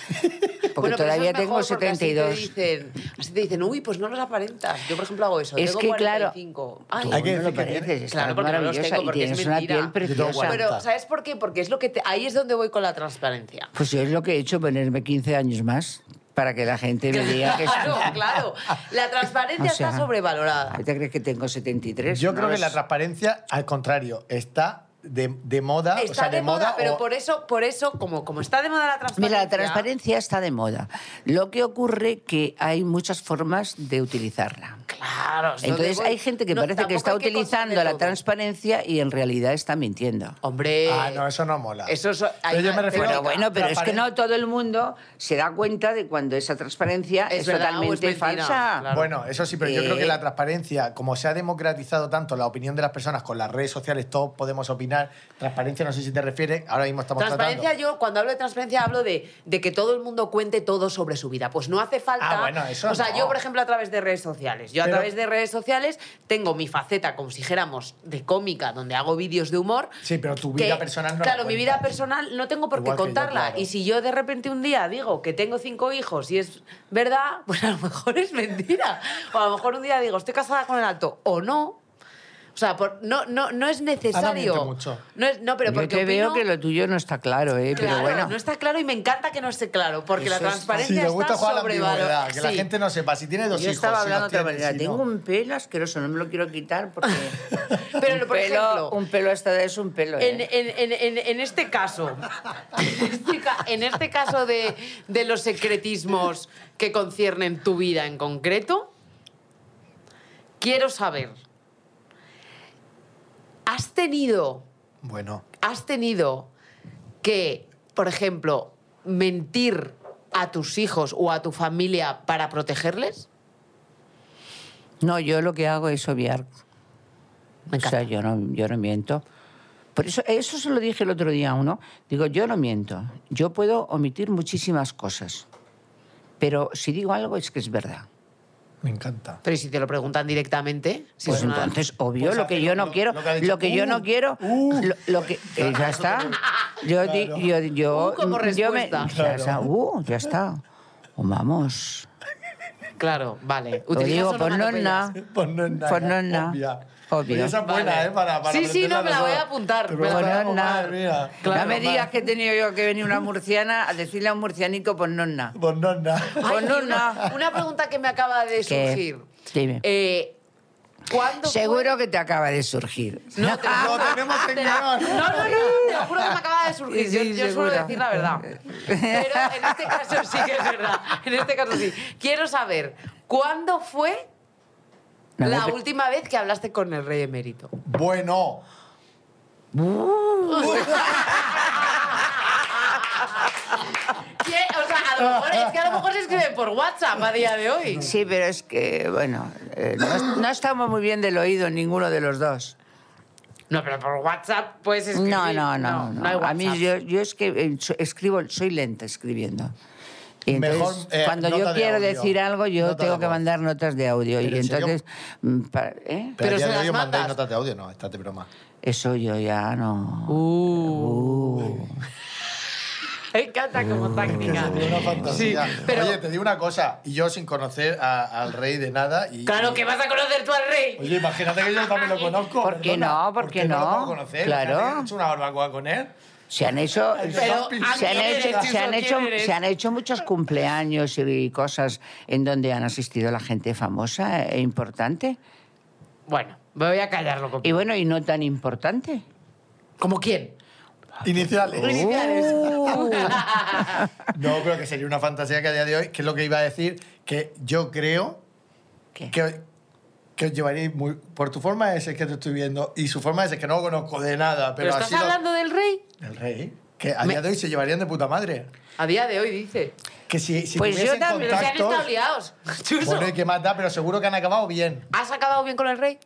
Porque Bueno, pero eso todavía es tengo mejor porque 72. Así te, dicen, así te dicen, uy, pues no los aparentas. Yo, por ejemplo, hago eso. Es tengo que, claro, 45. Tú Ay, Hay que no lo decir que tiene- pareces, Claro, estás porque no los maravillosa tengo, y porque es tienes una mentira. piel Yo tengo preciosa. cuarenta. Pero, ¿sabes por qué? Porque es lo que te- ahí es donde voy con la transparencia. Pues yo es lo que he hecho, ponerme 15 años más para que la gente me diga que Claro, soy- claro. La transparencia O sea, está sobrevalorada. Ay, ¿Te crees que tengo 73? Yo No creo lo que la sé. transparencia, al contrario, está de, de moda. Está o sea, de, moda, pero o- por eso, por eso como, como está de moda la transparencia. Mira, la transparencia está de moda. Lo que ocurre que hay muchas formas de utilizarla. Claro. es donde Entonces voy. hay gente que No, parece que tampoco está hay utilizando contarle la todo. transparencia y en realidad está mintiendo. Hombre. Ah, no, eso no mola. Eh, Eso es- Pero yo me refiero- Pero Pero bueno, pero es que transparente. no todo el mundo se da cuenta de cuando esa transparencia Es es, verdad, o es totalmente mentira, falsa. claro. Bueno, eso sí, pero yo Eh. creo que la transparencia, como se ha democratizado tanto la opinión de las personas con las redes sociales, todos podemos opinar. Transparencia, no sé si te refieres, ahora mismo estamos Transparencia, tratando. yo cuando hablo de transparencia hablo de, de que todo el mundo cuente todo sobre su vida. Pues no hace falta. Ah, bueno, eso o sea, no. yo, por ejemplo, a través de redes sociales. Yo Pero- a través de redes sociales tengo mi faceta, como si dijéramos, de cómica, donde hago vídeos de humor. Sí, pero tu vida personal no la Claro, mi cuentas. vida personal no tengo por qué Igual que yo, contarla. claro. Y si yo de repente un día digo que tengo cinco hijos y es verdad, pues a lo mejor es mentira. O a lo mejor un día digo, estoy casada con el alto o no. O sea, por- no, no, no es necesario. mucho. No, es, no, pero Yo porque te veo opino- que lo tuyo no está claro, ¿eh? Claro, pero bueno. no está claro y me encanta que no esté claro, porque la Eso es- Si transparencia le gusta está jugar a la ambigüedad, sobrevalorada. que la Sí. gente no sepa. Si tiene dos Yo hijos, estaba si hablando los de otra tiene, manera. si Tengo no. un pelo asqueroso, no me lo quiero quitar porque. Pero, un, por pelo, ejemplo, un pelo hasta es un pelo. En, ¿eh? en- en- en- en este caso, en este caso de, de los secretismos que conciernen tu vida en concreto, quiero saber, ¿has tenido, Bueno, has tenido que, por ejemplo, mentir a tus hijos o a tu familia para protegerles? No, yo lo que hago es obviar. Me o sea, encanta. yo no, yo no miento. Por eso, eso se lo dije el otro día a uno. Digo, yo no miento. Yo puedo omitir muchísimas cosas. Pero si digo algo es que es verdad. Me encanta. Pero ¿y si te lo preguntan directamente? Si Pues es una- entonces, obvio, Pues lo que hace yo lo- no quiero, lo que ha dicho, lo que yo uh, no quiero, uh. lo, lo que eh, ya está. Yo di- Claro. yo yo Uh, como yo me- respuesta. ya está, uh, ya está. O Vamos. Claro, vale. Lo Utilizas digo pues por onomatopeyas. nonna. Por Pues no es nada. Por no es nada. Obvia. Obvio. Oye, esa es buena, Vale. ¿eh? Para, para Sí, sí, no, me la voy aprendérnosla. a apuntar, Te me la voy a- Por nonna. madre mía. no me digas que he tenido yo que venir una murciana a decirle a un murcianico pues por nonna. Por Pues no es nada. Ay, Por y nonna. una, una pregunta que me acaba de ¿Qué? surgir. Dime. Eh, ¿Cuándo fue- Seguro que te acaba de surgir. No, te- Lo tenemos en guión. No, no, no, te lo juro que me acaba de surgir. Sí, Yo, yo suelo seguro. decir la verdad. Pero en este caso sí que es verdad. En este caso sí. Quiero saber, ¿cuándo fue No, la no te- última vez que hablaste con el rey emérito? Bueno. ¿Qué? O sea, a lo mejor es que a lo mejor se escriben por WhatsApp a día de hoy. Sí, pero es que, bueno, eh, no, no estamos muy bien del oído ninguno de los dos. No, pero por WhatsApp puedes escribir. No, no, no. no. hay a WhatsApp. mí yo, yo es que eh, so- escribo, soy lenta escribiendo. Y entonces, Mejor, eh, cuando nota yo de quiero audio. decir algo, yo Nota de tengo que voz. mandar notas de audio. Pero y en serio. entonces, mm, pa- ¿eh? Pero, Pero ya se de las hoy os mandáis mandas. notas de audio, no, estás de broma. eso yo ya no. Uh. Me encanta como táctica. Una fantasía. Sí, pero- Oye, te digo una cosa, y yo sin conocer a- al rey de nada. Y... Claro que vas a conocer tú al rey. Oye, imagínate que yo también lo conozco. ¿Por qué perdona. no? ¿Por qué lo no? puedo conocer? Claro. Imagínate que he hecho una barbacoa con él. Se han hecho. Pero, Se ¿a se han, quién hecho, eres, se, han Suso? hecho, ¿Quién eres? se han hecho muchos cumpleaños y cosas en donde han asistido la gente famosa e importante. Bueno, me voy a callarlo. Y bueno, y no tan importante. ¿Como quién? Iniciales. Iniciales. No, pero que sería una fantasía que a día de hoy, que es lo que iba a decir, que yo creo ¿Qué? que, que os llevaréis muy... Por tu forma de ser que te estoy viendo y su forma de ser que no lo conozco de nada, ¿Pero pero, ha estás sido hablando del rey? el rey, que a día de hoy se llevarían de puta madre. A día de hoy, dice. Que si, si Pues yo tuviesen también, Pero se han contactos- estado liados. Chuso. Bueno, y qué más da, pero seguro que han acabado bien. ¿Has acabado bien con el rey?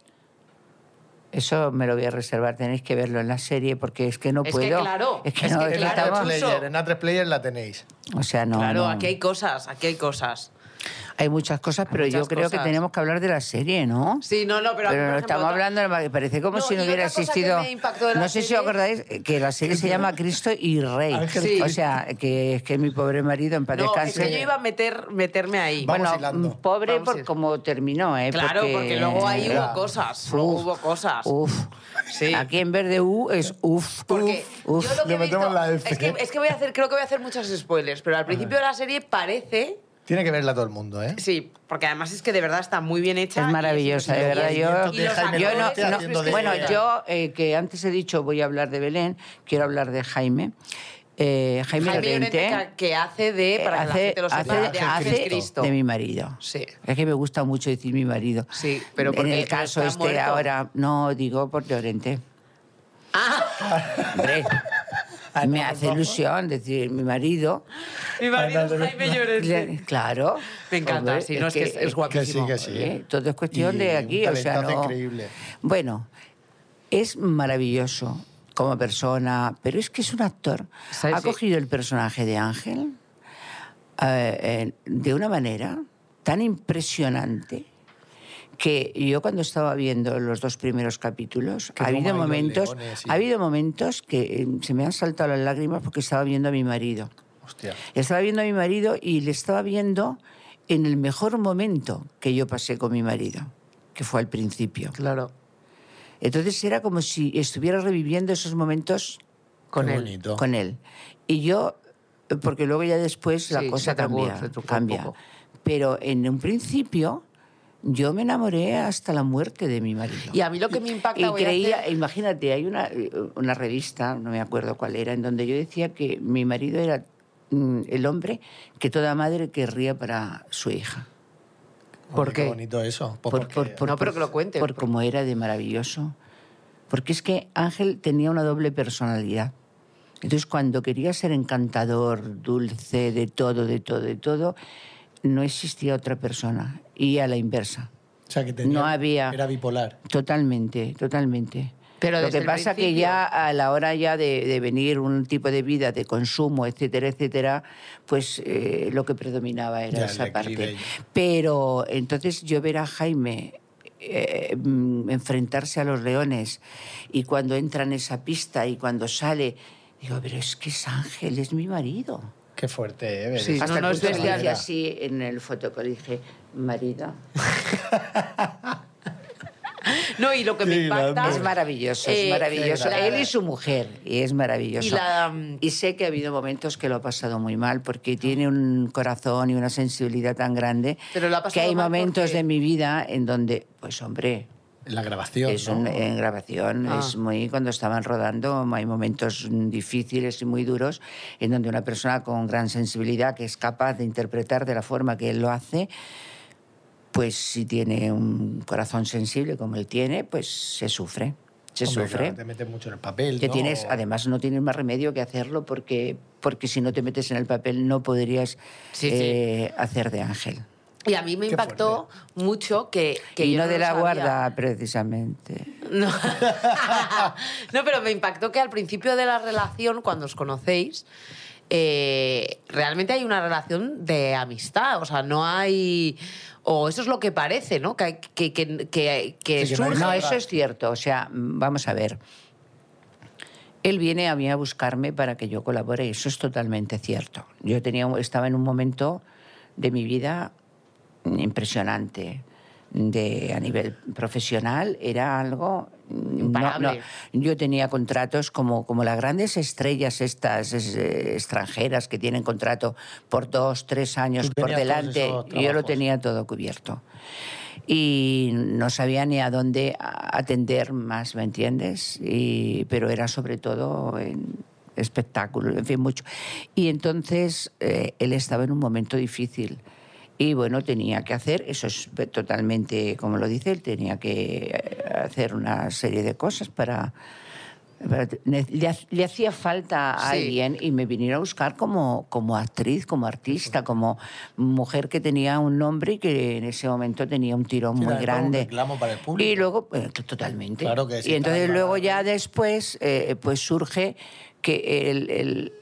Eso me lo voy a reservar, tenéis que verlo en la serie porque es que no Es que puedo. claro, es que es no, que es que claro, estamos- Chuso. Player, en A3 Player la tenéis. O sea, no. claro, no. aquí hay cosas, aquí hay cosas. Hay muchas cosas, pero yo muchas creo cosas. que tenemos que hablar de la serie, ¿no? Sí, no, no, pero... Pero por no ejemplo, estamos otra- hablando, de- parece como No, si no y hubiera otra cosa que existido. me impactó de la No sé si serie- os acordáis eh, que la serie se llama Cristo y Rey. Ángel Sí. O sea, que es que mi pobre marido en paz No, es descanse. que yo iba a meter, meterme ahí. Va- bueno, Vamos hilando. pobre Vamos por hilando. cómo terminó, ¿eh? claro, porque, luego ahí Claro. hubo cosas. Luego Uf. hubo cosas. Uf. Sí. Aquí en vez de U es uf. Porque uf, yo lo uf. que le he visto- metemos la F. Es que, es que voy a hacer, creo que voy a hacer muchos spoilers, pero al principio de la serie parece... Tiene que verla todo el mundo, ¿eh? Sí, porque además es que de verdad está muy bien hecha. Es maravillosa, de verdad. Yo, Y los yo actores no- que no- haciendo de bueno, ella. yo eh, que antes he dicho voy a hablar de Belén, quiero hablar de Jaime. Eh, Jaime, Jaime Lorente, Llorente, que hace de, para que la gente lo sepa, hace- de hace Ángel Cristo. de mi marido. Sí. Es que me gusta mucho decir mi marido. Sí, pero en porque el caso está este muerto. ahora no digo por Llorente. Ah, Hombre, Ah, me hace ilusión decir mi marido. Mi marido es Jaime Llorente. Claro. Me encanta, Hombre, sí, no, es que es, es Que sí, guapísimo. que sí. Oye, ¿eh? todo es cuestión Y de un aquí, o sea, talentazo no. increíble. Bueno, es maravilloso como persona, pero es que es un actor. ¿Sabes? Ha cogido el personaje de Ángel eh, eh, de una manera tan impresionante que yo cuando estaba viendo los dos primeros capítulos Que ha cómo habido hay los momentos leones y- ha habido momentos que eh, se me han saltado las lágrimas porque estaba viendo a mi marido Hostia. estaba viendo a mi marido y le estaba viendo en el mejor momento que yo pasé con mi marido, que fue al principio. Claro. Entonces era como si estuviera reviviendo esos momentos Con él, bonito. con él. Y yo, porque luego ya después la Sí, cosa se trucó, cambia, se trucó un cambia. poco. Pero en un principio yo me enamoré hasta la muerte de mi marido. Y a mí lo que me impacta. Y voy a creía, hacer- imagínate, hay una, eh, una revista, no me acuerdo cuál era, en donde yo decía que mi marido era mm, el hombre que toda madre querría para su hija. ¿Por Hombre, qué? bonito eso. Pues Por- por- porque- por- No, pero que lo cuente. Por cómo era de maravilloso. Porque es que Ángel tenía una doble personalidad. Entonces, cuando quería ser encantador, dulce, de todo, de todo, de todo, no existía otra persona. Y a la inversa. o sea, que tenía- no había- Era bipolar. Totalmente, totalmente. Pero Lo desde que el pasa que principio- ya a la hora ya de, de venir un tipo de vida de consumo, etcétera, etcétera, pues eh, lo que predominaba era Ya, el esa parte. declive. Pero entonces yo ver a Jaime eh, mm, enfrentarse a los leones y cuando entra en esa pista y cuando sale, digo, pero es que es Ángel, es mi marido. Qué fuerte, ¿eh? Ver Sí, eso. no, Hasta no, el es punto que bestial. dije así en el fotocol, dije, marido. No, y lo que me Qué impacta... grande. Es maravilloso, es Eh, maravilloso. la- Él y su mujer, y es maravilloso. Y Y, la- mm, sé que ha habido momentos que lo ha pasado muy mal, porque tiene un corazón y una sensibilidad tan grande Pero lo ha pasado que hay mal momentos porque- de mi vida en donde, pues hombre, La grabación, es ¿no? un- eh, en grabación, Ah. es muy cuando estaban rodando, hay momentos mm, difíciles y muy duros en donde una persona con gran sensibilidad que es capaz de interpretar de la forma que él lo hace, pues si tiene un corazón sensible como él tiene, pues se sufre, se Hombre, sufre. claro, te metes mucho en el papel, Que ¿no? tienes, además no tienes más remedio que hacerlo porque, porque si no te metes en el papel no podrías Sí, sí. eh, hacer de ángel. Y a mí me Qué impactó mucho que... que y yo no de lo la sabía. guarda precisamente. No. No, pero me impactó que al principio de la relación, cuando os conocéis, eh, realmente hay una relación de amistad. O sea, no hay. O eso es lo que parece, ¿no? Que, que, que, que, que Sí, que no hay surge. No, nada. eso es cierto. O sea, mm, vamos a ver. Él viene a mí a buscarme para que yo colabore, y eso es totalmente cierto. Yo tenía, un- estaba en un momento de mi vida impresionante. De, a nivel profesional era algo mm, no- Imparable. no. Yo tenía contratos como, como las grandes estrellas estas es, eh, extranjeras que tienen contrato por dos, tres años Tú por tenías todos delante. esos Yo lo trabajos. tenía todo cubierto y no sabía ni a dónde a- atender más, ¿me entiendes? Y, pero era sobre todo en espectáculo, en fin, mucho. Y entonces eh, él estaba en un momento difícil. Y bueno, tenía que hacer, eso es pe- totalmente, como lo dice él, tenía que eh, hacer una serie de cosas para... para- ne- le, ha- le hacía falta a Sí. alguien y me vinieron a buscar como, como actriz, como artista, como mujer que tenía un nombre y que en ese momento tenía un tirón Sí, muy también para un grande. reclamo para el público. Y luego, eh, t- totalmente. Claro que sí, y entonces claro. luego ya después, eh, pues surge que él, él,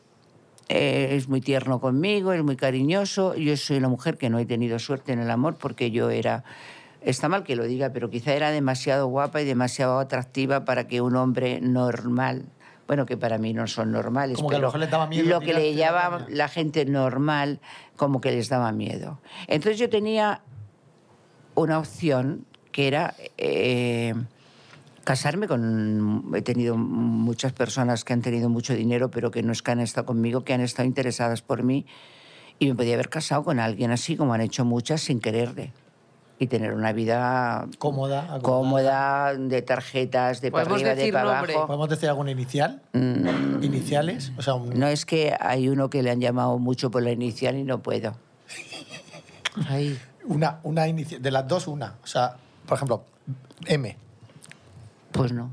eh, es muy tierno conmigo, es muy cariñoso. Yo soy la mujer que no he tenido suerte en el amor porque yo era... Está mal que lo diga, pero quizá era demasiado guapa y demasiado atractiva para que un hombre normal... Bueno, que para mí no son normales. Como que a lo pero mejor les daba miedo Lo que le tirarte a la llama caña. la gente normal, como que les daba miedo. Entonces yo tenía una opción que era eh, casarme con... He tenido muchas personas que han tenido mucho dinero, pero que no es que han estado conmigo, que han estado interesadas por mí. Y me podía haber casado con alguien así, como han hecho muchas, sin quererle. Y tener una vida Cómoda, acomodada. cómoda, de tarjetas, de para Podemos arriba, de decir para nombre. abajo. ¿Podemos decir alguna inicial? ¿Iniciales? O sea, un- Mm. No es que hay uno que le han llamado mucho por la inicial y no puedo. Ay. una, una inici- de las dos, una. O sea, por ejemplo, M. Pues no.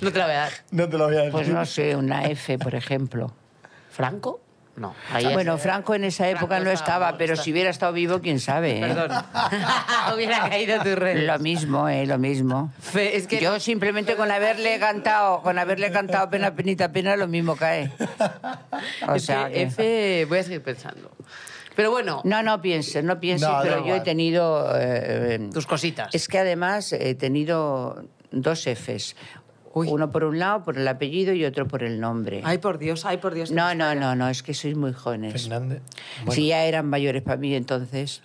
No te la voy a dar. No te lo voy a decir. Pues no sé, una F, por ejemplo. ¿Franco? No. Ahí ya bueno, sé. Franco en esa Franco época no estaba, estaba, no pero está. si hubiera estado vivo, quién sabe. ¿eh? Perdón. Hubiera caído tu red. Lo mismo, eh, lo mismo. Fe- Es que. Yo simplemente con haberle cantado, con haberle cantado pena, penita, pena, lo mismo cae. O es sea, que que- F. Voy a seguir pensando. Pero bueno, no, no pienses, no pienses, No, da pero yo he igual. tenido eh, tus cositas. Es que además he tenido dos Fs. Uy. Uno por un lado, por el apellido, y otro por el nombre. Ay, por Dios, ay, por Dios. no, no, no, no, es que sois muy jóvenes. Fernández. Pues Bueno, Si ya eran mayores para mí entonces.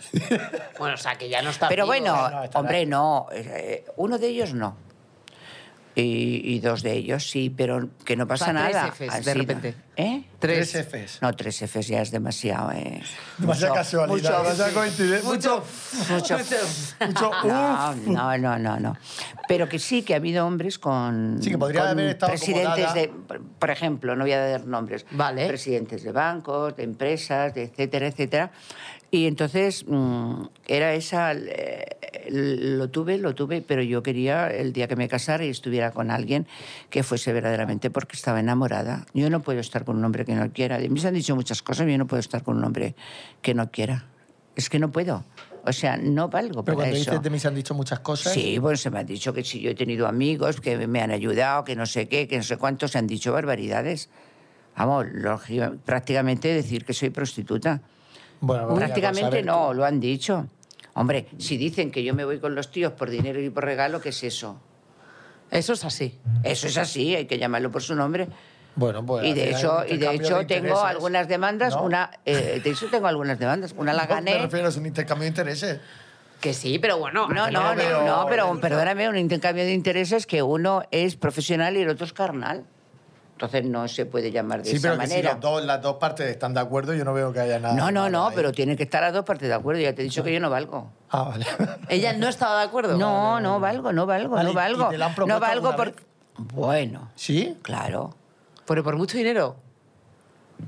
Bueno, o sea, que ya Ah, no está. Pero vivo. bueno, Bueno, estará. hombre, no. eh, Uno de ellos no. Y, y dos de ellos sí, pero que no pasa sea, tres nada. Fs, Han de sido- repente. ¿Eh? tres Tres. Fs. No, tres Fs ya es demasiado, ¿eh? Demasiada Mucho, casualidad, mucho. demasiada coincidencia. Mucho, Mucho. mucho. No, uf. no, no, no, no. Pero que sí, que ha habido hombres con, Sí, que podría con haber estado presidentes acomodada. de, por- por ejemplo, no voy a dar nombres, Vale. presidentes de bancos, de empresas, de etcétera, etcétera. Y entonces mm, era esa, eh, lo tuve, lo tuve, pero yo quería el día que me casara y estuviera con alguien que fuese verdaderamente porque estaba enamorada. Yo no puedo estar con un hombre que no quiera. Me han dicho muchas cosas, pero yo no puedo estar con un hombre que no quiera. Es que no puedo. O sea, no valgo Pero para cuando eso. dices de mí se han dicho muchas cosas. Sí, bueno, se me han dicho que si yo he tenido amigos que me han ayudado, que no sé qué, que no sé cuánto, se han dicho barbaridades. Vamos, lógica- prácticamente decir que soy prostituta. Bueno, vamos a prácticamente saber no, lo han dicho. Hombre, si dicen que yo me voy con los tíos por dinero y por regalo, ¿qué es eso? Eso es así. Eso es así, hay que llamarlo por su nombre. Bueno, pues, y al de final hecho, hay un y de intercambio hecho de tengo intereses. algunas demandas, ¿No? una eh, de hecho tengo algunas demandas, una la No, Me gané. refiero, es un intercambio de intereses. Que sí, pero bueno. Ah, No, al no, final- no, veo- no, pero perdóname, un intercambio de intereses que uno es profesional y el otro es carnal. Entonces no se puede llamar de Sí, esa pero que si manera. los dos, las dos partes están de acuerdo, yo no veo que haya nada. no, no, malo no, ahí. pero tienen que estar las dos partes de acuerdo. Ya te he dicho que yo no valgo. Ah, vale. Ella no estaba de acuerdo. No, no valgo, no valgo, Vale, no ¿y valgo. te la han no propuesto valgo alguna por... Bueno, ¿Sí? claro. Pero por mucho dinero.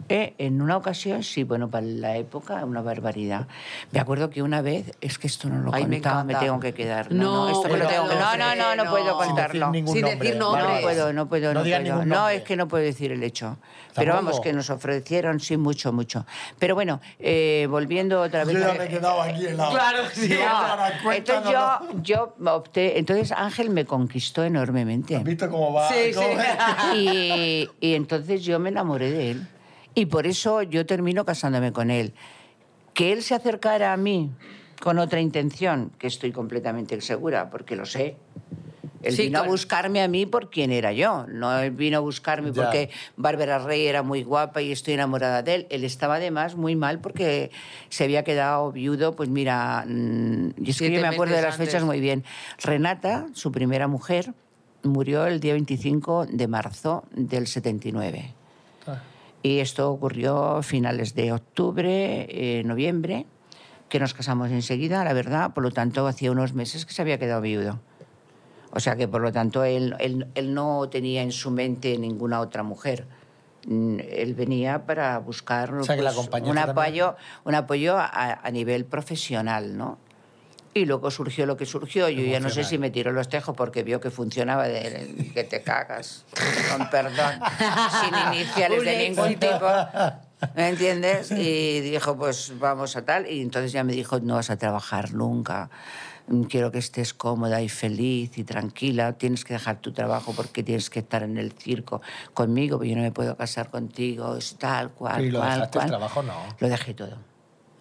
Eh, en una ocasión, sí, bueno, para la época, una barbaridad. Me acuerdo que una vez, es que esto no lo he Ay, me contado, me, encanta. tengo que quedar. No, No, no, esto me lo pero tengo que- No, no, hombre, no, no no. puedo Sin Sin decir contarlo. ningún Sin nombre. decir No, nombres. no puedo, no puedo, No no, digas puedo. ningún No, nombre. es que no puedo decir el hecho. Pero ¿Tampoco? vamos, que nos ofrecieron, sí, mucho, mucho. Pero bueno, eh, volviendo otra vez... Yo ya a- me he quedado aquí helado. Claro, sí. Digo, Clara, No, entonces cuéntanos. yo, yo opté... Entonces Ángel me conquistó enormemente. ¿Has visto cómo va? Sí, ¿Cómo sí. es? Y, y entonces yo me enamoré de él. Y por eso yo termino casándome con él. Que él se acercara a mí con otra intención, que estoy completamente segura, porque lo sé. Él Sí, vino a claro. buscarme a mí por quien era yo. No él vino a buscarme Ya. porque Bárbara Rey era muy guapa y estoy enamorada de él. Él estaba además muy mal porque se había quedado viudo, pues mira, mm, y es que Siete yo me acuerdo de meses las fechas antes. muy bien. Renata, su primera mujer, murió el día 25 de marzo del 79. Y esto ocurrió a finales de octubre, eh, noviembre, que nos casamos enseguida, la verdad. Por lo tanto, hacía unos meses que se había quedado viudo. O sea que, por lo tanto, él, él- él no tenía en su mente ninguna otra mujer. Mm, Él venía para buscar pues, sea, que la acompañaste un también. apoyo, un apoyo a, a nivel profesional, ¿no? Y luego surgió lo que surgió. Yo ya no sé Emocional. si me tiró los tejos porque vio que funcionaba de que te cagas. Con perdón. Sin iniciales Un de ningún éxito. tipo. ¿Me entiendes? Y dijo, pues vamos a tal. Y entonces ya me dijo, no vas a trabajar nunca. Mm, Quiero que estés cómoda y feliz y tranquila. Tienes que dejar tu trabajo porque tienes que estar en el circo conmigo, porque yo no me puedo casar contigo, es tal, cual, ¿Y lo cual, dejaste el cual. trabajo? No. O Lo dejé todo,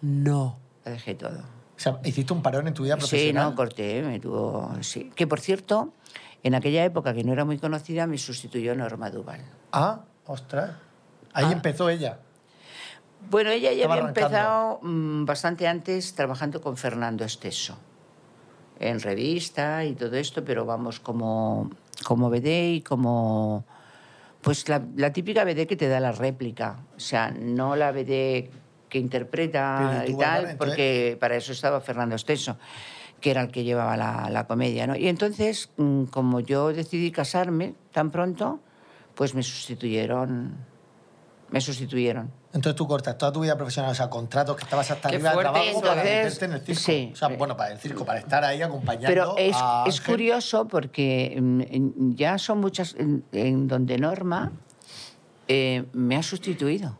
No. lo dejé todo. sea, hiciste un parón en tu vida Sí, profesional. no, corté, me tuvo... Sí. Que, por cierto, en aquella época que no era muy conocida, me sustituyó Norma Duval. Ah, ostras. Ah. Ahí empezó ella. Bueno, ella ya Estaba había arrancando. empezado mm, bastante antes trabajando con Fernando Esteso, en revista y todo esto, pero vamos, como, como BD y como... Pues la, la típica BD que te da la réplica, o sea, no la BD que interpreta Pero tú, ¿eh? y Bárbara, tal, entonces- porque para eso estaba Fernando Esteso, que era el que llevaba la, la comedia, ¿no? Y entonces, mm, como yo decidí casarme tan pronto, pues me sustituyeron, me sustituyeron. Entonces tú cortas toda tu vida profesional, o sea, contratos que estabas hasta Qué arriba de fuerte, trabajo para entonces, meterte en el circo. ¿eh? sí. O sea, bueno, para el circo, para estar ahí acompañando Pero es, a es Ángel. curioso porque mm, en- ya son muchas en, en donde Norma eh, me ha sustituido.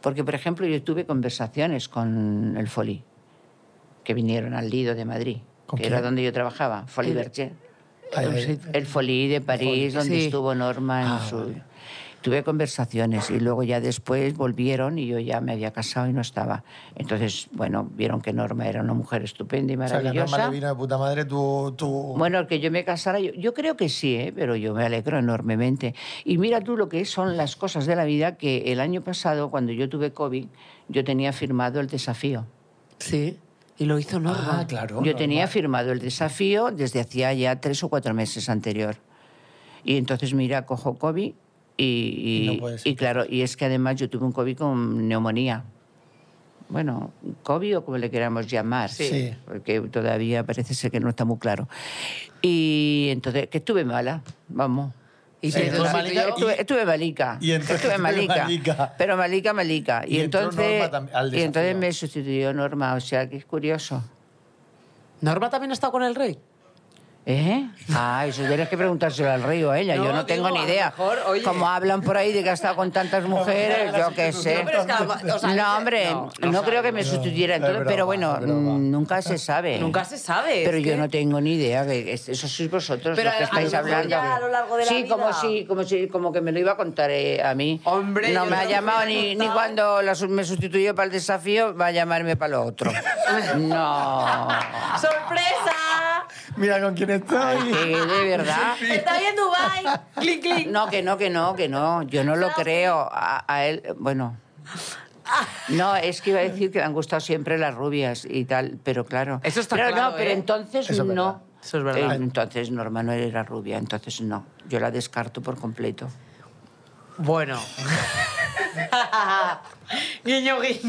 Porque, por ejemplo, yo tuve conversaciones con el Folí, que vinieron al Lido de Madrid, que ¿Con era quién? donde yo trabajaba, Folí Berger. Ay, ay, ay. El Folí de París, donde sí. estuvo Norma. Ah, en su- Tuve conversaciones y luego ya después volvieron y yo ya me había casado y no estaba. Entonces, bueno, vieron que Norma era una mujer estupenda y O sea, que a maravillosa. Norma le vino de puta madre tu... tu... Bueno, que yo me casara, yo, yo creo que sí, ¿eh? pero yo me alegro enormemente. Y mira tú lo que son las cosas de la vida, que el año pasado, cuando yo tuve COVID, yo tenía firmado el desafío. Sí. Y lo hizo Norma. ah, claro. yo Norma. tenía firmado el desafío desde hacía ya tres o cuatro meses anterior. Y entonces, mira, cojo COVID y, y- Y no puedes y ir. claro, y es que además yo tuve un COVID con neumonía. Bueno, COVID o como le queramos llamar, Sí. porque todavía parece ser que no está muy claro. Y entonces, que estuve mala, vamos. Y Sí, te Norma sustituyó. Liga- Estuve, estuve malica. y entonces estuve estuve malica, malica. Pero malica, malica. Y, Y entró entonces, Norma tam- al y entonces desafío. me sustituyó Norma. O sea, que es curioso. ¿Norma también ha estado con el rey? ¿Eh? Ah, eso tienes que preguntárselo al río a ella. No, yo no digo, tengo ni a lo idea. mejor, oye. Como hablan por ahí de que ha estado con tantas mujeres, yo qué sé. No, pero es que a lo mejor- o sea, No, hombre, no, no, no creo que me sustituyera Es entonces, broma, pero bueno, es broma. mm, nunca se sabe. Nunca se sabe. Pero es yo que- no tengo ni idea, que es- eso sois vosotros Pero los a- que a estáis lo mejor hablando. ya a lo largo de la sí, como vida. si, como si, como que me lo iba a contar eh, a mí. Hombre, no yo me ha no llamado me lo he ni, ni contado. cuando la su- me sustituyó para el desafío, va a llamarme para lo otro. no. ¡Sorpresa! Mira con quién Que estoy. de verdad. ¡Está bien Dubai! ¡Clic, clic! No, que no, que no, que no. Yo no lo creo. A, a él, bueno. No, es que iba a decir que me han gustado siempre las rubias y tal, pero claro. Eso está pero claro, No, pero ¿eh? entonces Eso es verdad. no. Eso es verdad. Eh, Entonces Norma no era rubia, entonces no. Yo la descarto por completo. Bueno. guiño, guiño.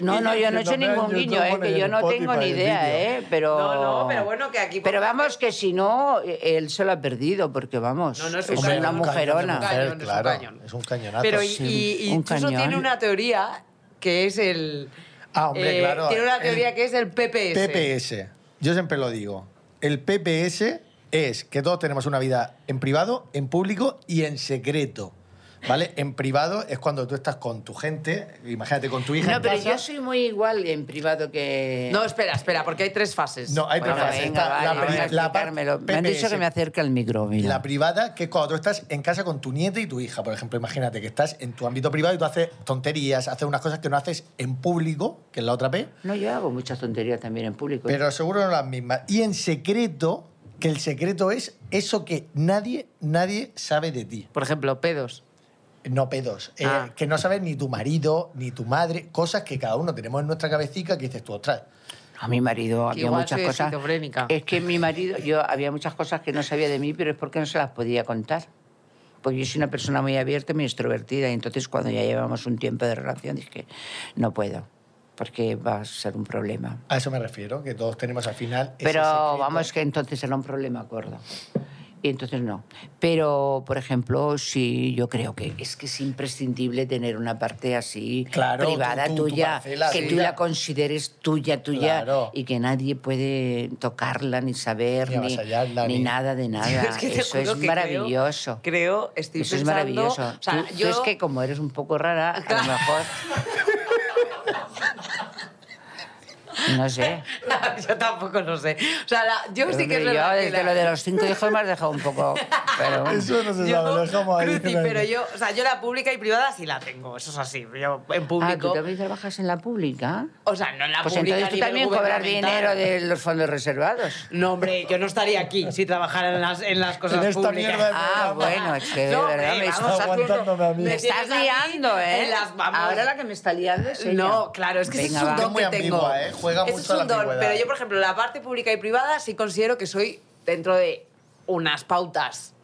No, no, yo no he hecho También ningún YouTube guiño, eh, en que yo no Spotify tengo ni el idea, vídeo. ¿eh? Pero... No, no, pero bueno, que aquí- Pero vamos, que si no, eh, él se lo ha perdido, porque vamos, No, no, es es, un Hombre, una cañón, es un mujerona. cañón. es un claro, cañón. es un cañonazo. Pero y, sí. y, y Un Chuso cañón. tiene una teoría que es el... Ah, hombre, eh, claro. Tiene una El teoría que es el PPS. PPS. Yo siempre lo digo. El PPS es que todos tenemos una vida en privado, en público y en secreto. ¿Vale? En privado es cuando tú estás con tu gente, imagínate con tu hija. No, en pero casa. yo soy muy igual en privado que... No, espera, espera, porque hay tres fases. No, hay Bueno, tres fases. venga, Está vale, la, pri- venga, la par- explicármelo. Me han dicho PPS. que me acerque al micro, mira. La privada, que es cuando tú estás en casa con tu nieta y tu hija, por ejemplo. Imagínate que estás en tu ámbito privado y tú haces tonterías, haces unas cosas que no haces en público, que es la otra P, No, yo hago muchas tonterías también en público. pero seguro no las mismas. Y en secreto, que el secreto es eso que nadie, nadie sabe de ti. Por ejemplo, pedos. No pedos. eh, Ah. que no sabes ni tu marido, ni tu madre, cosas que cada uno tenemos en nuestra cabecita que dices tú, ostras. A mi marido había igual muchas soy cosas... esquizofrénica. Es que mi marido, yo había muchas cosas que no sabía de mí, pero es porque no se las podía contar. Porque yo soy una persona muy abierta, y muy extrovertida, y entonces cuando ya llevamos un tiempo de relación dije, no puedo, porque va a ser un problema. A eso me refiero, que todos tenemos al final. ese Pero secreto. vamos, que entonces era un problema, acuerdo. Y entonces no. Pero, por ejemplo, sí, yo creo que es que es imprescindible tener una parte así Claro, privada tú- tú- tu tuya, parcela que tú tuya. la consideres tuya, tuya, Claro. y que nadie puede tocarla, ni saber, Ni ni, avasallarla, ni ni- nada de nada. Es que te Eso juro es que maravilloso. Creo, creo, estoy Eso es pensando, maravilloso. O sea, Tú- tú yo... es que como eres un poco rara, a lo mejor... No sé. yo tampoco lo sé. O sea, la- yo sí que es Hombre, verdad yo que desde la- lo de los cinco hijos me has dejado un poco... Pero bueno. Eso no se sabe, lo dejamos ahí. Cruci, pero yo, o sea, yo la pública y privada sí la tengo, eso es así. Yo en Ah, ¿tú público. también trabajas en la pública? o sea, no en la Pues pública. entonces a tú nivel también cobras gubernamental. dinero de los fondos reservados. No, hombre, yo no estaría aquí si trabajara en las, en las cosas En esta públicas. mierda de Ah, bueno, es que de No, hombre, verdad me, vamos, estás- Arturo, aguantándome a mí. me me tienes estás a mí liando, ¿eh? en las- vamos. Ahora la que me está liando es ella. No, claro, es que ese Venga, es un va. don Muy que ambigua, tengo. ¿eh? Juega Ese mucho es a un la don, ambigüedad. pero yo, por ejemplo, la parte pública y privada sí considero que soy dentro de unas pautas,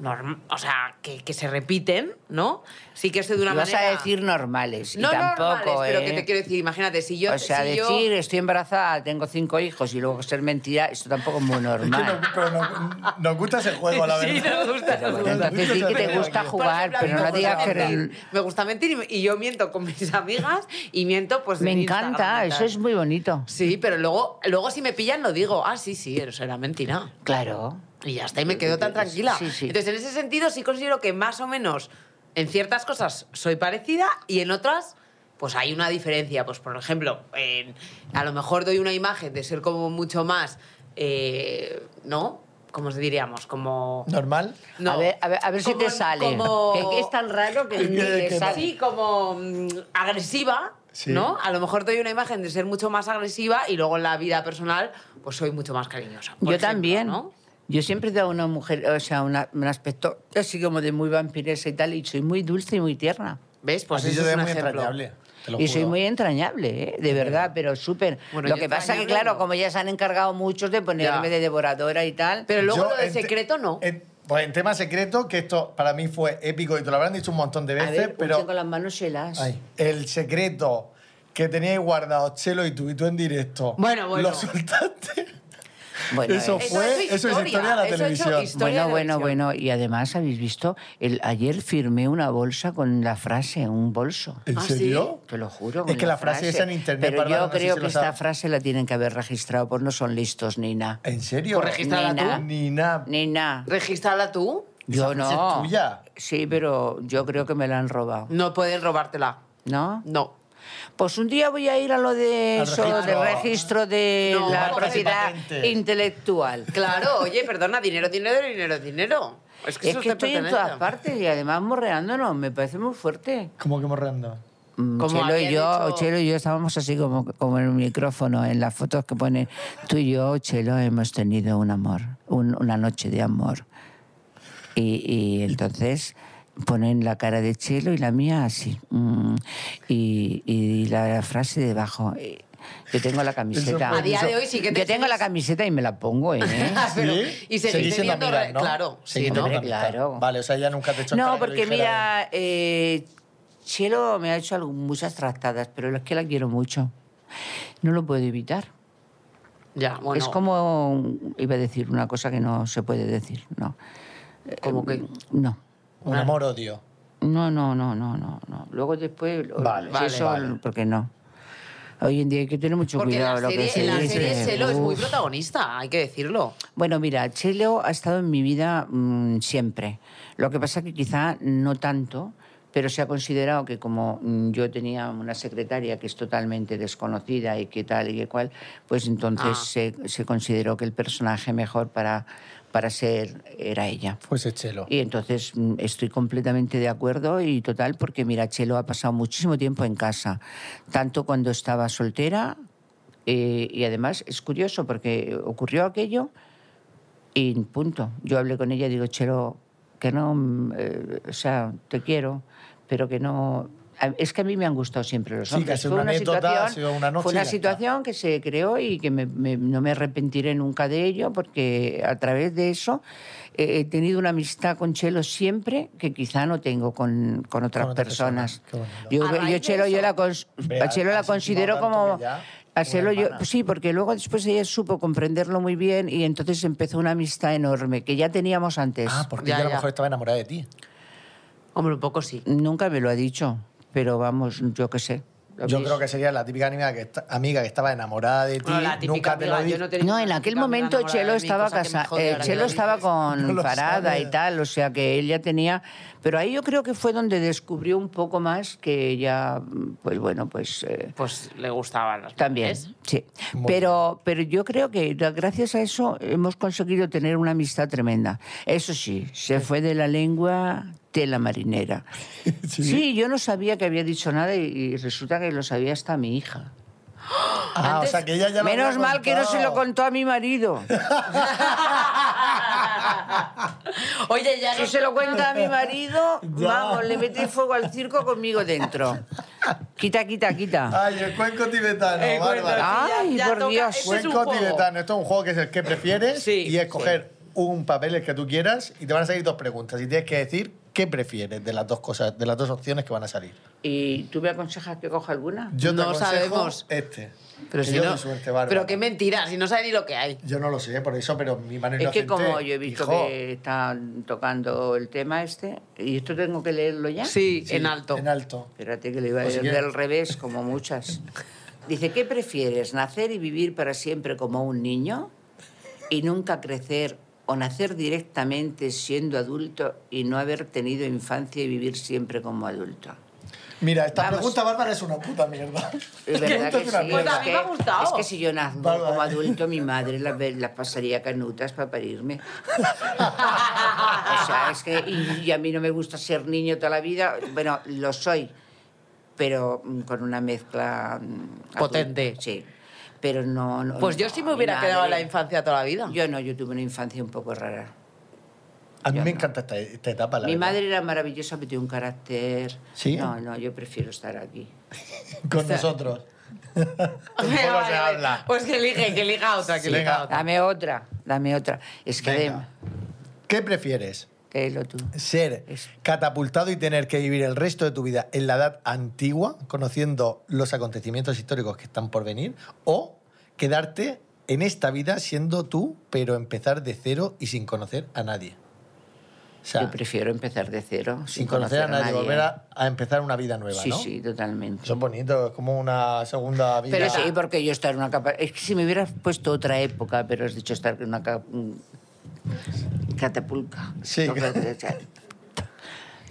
norm- o sea, que, que se repiten, ¿no? Sí que estoy de una Y vas manera... a decir normales. y no tampoco, normales, pero ¿eh? que te quiero decir, imagínate, si yo... O sea, si yo- decir estoy embarazada, tengo cinco hijos y luego ser mentira, esto tampoco es muy Es que nos, normal. pero nos- nos gusta ese juego, la verdad. Sí, nos gusta, nos gusta. Entonces di que te gusta Por jugar, ejemplo, a mí pero me no gusta digas que mentir. eres- Me gusta mentir y- y yo miento con mis amigas y miento pues... Me en Instagram encanta, y tal. eso es muy bonito. Sí, pero luego, luego si me pillan lo digo, ah, sí, sí, eso era mentira. Claro. Y ya está, y me quedo tan tranquila. Sí, sí. Entonces, en ese sentido, sí considero que más o menos en ciertas cosas soy parecida y en otras, pues hay una diferencia. Pues, por ejemplo, en- a lo mejor doy una imagen de ser como mucho más, eh, ¿no? ¿Cómo se diríamos? Como... Normal. no. A ver, a ver, a ver si Como- te sale. como- Que, que es tan raro que, ni que- te que- sale. Sí, como mm, agresiva, Sí. ¿no? A lo mejor doy una imagen de ser mucho más agresiva y luego en la vida personal, pues soy mucho más cariñosa. por Yo ejemplo, también. ¿no? Yo siempre he dado una mujer, o sea, una- un aspecto así como de muy vampiresa y tal, y soy muy dulce y muy tierna. ¿Ves? Pues Así eso se ve es un muy ejemplo. entrañable. te lo Y soy juro. muy entrañable, ¿eh? de verdad, pero súper. Bueno, lo yo que pasa que, entrañable claro, no. como ya se han encargado muchos de ponerme Ya. de devoradora y tal. Pero luego Yo lo de en te- secreto no. en- pues en tema secreto, que esto para mí fue épico y te lo habrán dicho un montón de a veces, ver, pero tengo las manos heladas. Ay, el secreto que teníais guardado Chelo y tú y tú en directo, Bueno, bueno. lo soltaste. Bueno, eso eh, fue, eso eso, es es historia, historia de la eso es televisión. historia. Bueno, de bueno, televisión. bueno. Y además, ¿habéis visto? El, ayer firmé una bolsa con la frase, un bolso. ¿En ¿Ah, sí? serio? Te lo juro. Es con que la frase esa en internet, Pero Bárbara, yo no sé si creo que lo esta sabes. frase la tienen que haber registrado, pues no son listos, Nina. ¿En serio? Pues regístrala Nina. tú. Nina. Nina, Regístrala tú. yo frase no. es tuya. Sí, pero yo creo que me la han robado. No pueden robártela. ¿No? No. Pues un día voy a ir a lo de Al eso, registro. del registro de No, la no, propiedad patente. intelectual. Claro, oye, perdona, dinero, dinero, dinero, dinero. Es que Es eso que te estoy en pertenece. todas partes y además morreándonos, me parece muy fuerte. Como que morrando. Mm, Como Chelo y, habían yo, hecho- Chelo y yo estábamos así como, como en el micrófono, en las fotos que pone tú y yo, Chelo, hemos tenido un amor, un- una noche de amor. Y, y entonces ponen la cara de Chelo y la mía así. mm, y, y la frase debajo. eh, Yo tengo la camiseta. fue- A día de hoy sí que te Yo tengo la sigues- camiseta y me la pongo, ¿eh? Ah, pero- Y seguís Seguís siendo teniendo amigas, re- ¿no? claro, sí, Seguís ¿no? teniendo amistad. Claro. Vale, o sea, ya nunca te he hecho cara No, que lo porque dijera mira, eh, Chelo me ha hecho algún- muchas tractadas, pero es que la quiero mucho. No lo puedo evitar. Ya, bueno. Es como, un- iba a decir una cosa que no se puede decir, no. Eh, Como que. No, Un amor-odio. no, no, no, no, no. no. Luego después, o- Vale, si vale, eso, vale. porque no. Hoy en día hay que tener mucho Porque en cuidado la lo que serie, se en la dice. serie Chelo es muy Uf. protagonista, hay que decirlo. Bueno, mira, Chelo ha estado en mi vida mm, siempre. Lo que pasa que quizá no tanto, pero se ha considerado que como mm, yo tenía una secretaria que es totalmente desconocida y que tal y que cual, pues entonces Ah. se, se consideró que el personaje mejor para, para ser era ella. Fuese Pues chelo. Y entonces mm, estoy completamente de acuerdo y total, porque mira, Chelo ha pasado muchísimo tiempo en casa, tanto cuando estaba soltera, eh, y además es curioso porque ocurrió aquello y punto. Yo hablé con ella y digo, Chelo, que no, mm, eh, o sea, te quiero, pero que no... a- Es que a mí me han gustado siempre los Sí, que ha hombres. sido una anécdota, ha sido una noche fue y ya una está. situación que se creó y que me- me- no me arrepentiré nunca de ello, porque a través de eso eh, he tenido una amistad con Chelo siempre que quizá no tengo con, con otras otra persona, personas. qué bonito. Yo, A raíz yo de Chelo, yo eso- la, cons- Ve, a Chelo has la intimado considero tanto como... que ya, A una Chelo yo, hermana. sí, porque luego después ella supo comprenderlo muy bien y entonces empezó una amistad enorme que ya teníamos antes. Ah, porque Ya, yo a lo ya. mejor estaba enamorada de ti. Hombre, un poco sí. Nunca me lo ha dicho, pero vamos, yo qué sé. A Yo mí- creo que sería la típica amiga que, esta- amiga que estaba enamorada de ti. Bueno, la típica nunca te amiga, lo di- yo no tenía No, una en aquel típica amiga momento enamorada Chelo de mí, estaba cosa que me casa, jode eh, ahora que Chelo lo dices. estaba con No lo Parada sabe. y tal, o sea que él ya tenía, pero ahí yo creo que fue donde descubrió un poco más que ya, pues bueno, pues eh, Pues le gustaban las también, mujeres. sí. Muy Pero, pero yo creo que da- gracias a eso hemos conseguido tener una amistad tremenda. Eso sí, se fue de la lengua tela marinera. Sí, yo no sabía que había dicho nada y, y resulta que lo sabía hasta mi hija. Ah, o sea que ella ya lo Menos había mal que no se lo contado. contó a mi marido. Oye, ya Si no se lo cuenta a mi marido, Ya. vamos, le metí fuego al circo conmigo dentro. Quita, quita, quita. Ay, el cuenco tibetano, El cuenco Bárbara. tibetano. Ay, Ah, ya por toca- Dios. ese es un Cuenco juego. tibetano. Esto es un juego que es el que prefieres Sí, y sí. escoger un papel el que tú quieras y te van a salir dos preguntas y tienes que decir qué prefieres de las dos cosas, de las dos opciones que van a salir. ¿Y tú me aconsejas que coja alguna? Yo te No aconsejo sabemos. este. Pero Que si yo no. doy suerte, Bárbara. pero qué mentira, si no sabe ni lo que hay. Yo no lo sé ¿eh? por eso, pero mi mano Es que inocente, como yo he visto hijo, que están tocando el tema este, y esto tengo que leerlo ya. Sí, sí, en alto. En alto. Espérate que le iba a Pues si leer quieres. del revés, como muchas. Dice, ¿qué prefieres? ¿Nacer y vivir para siempre como un niño y nunca crecer? ¿O nacer directamente siendo adulto y no haber tenido infancia y vivir siempre como adulto? Mira, esta Vamos. pregunta, Bárbara, es una puta mierda. Es verdad Esto que es sí. una Pues mierda. a mí me ha es que- gustado. Es que si yo nazco Bárbara. como adulto, mi madre las, ve- las pasaría canutas para parirme. o sea, es que. Y, y a mí no me gusta ser niño toda la vida. Bueno, lo soy, pero mm, con una mezcla. mm, Potente. adulta, sí. Pero no. no- Pues yo no, sí me mi hubiera quedado en la madre- infancia toda la vida. Yo no, yo tuve una infancia un poco rara. A mí Yo me no. encanta esta, esta etapa, la mi verdad. madre era maravillosa, pero tiene un carácter. ¿Sí? No, no, yo prefiero estar aquí. Con nosotros. Venga, Tampoco vale, se vale. habla. Pues que elige, que elija otra, Sí. que elija Venga. otra. Dame otra, dame otra. Es que. Venga. ¿Qué prefieres? Léelo tú. ser Eso. catapultado y tener que vivir el resto de tu vida en la edad antigua, conociendo los acontecimientos históricos que están por venir, o quedarte en esta vida siendo tú, pero empezar de cero y sin conocer a nadie. O sea, Yo prefiero empezar de cero. sin conocer, a nadie, volver a, a empezar una vida nueva, ¿eh? Sí, ¿no? sí, totalmente. Eso es bonito, es como una segunda vida. Pero sí, porque yo estar en una capa... Es que si me hubieras puesto otra época, pero has dicho estar en una capa... mm, Catapulca. Sí. No, claro, o sea,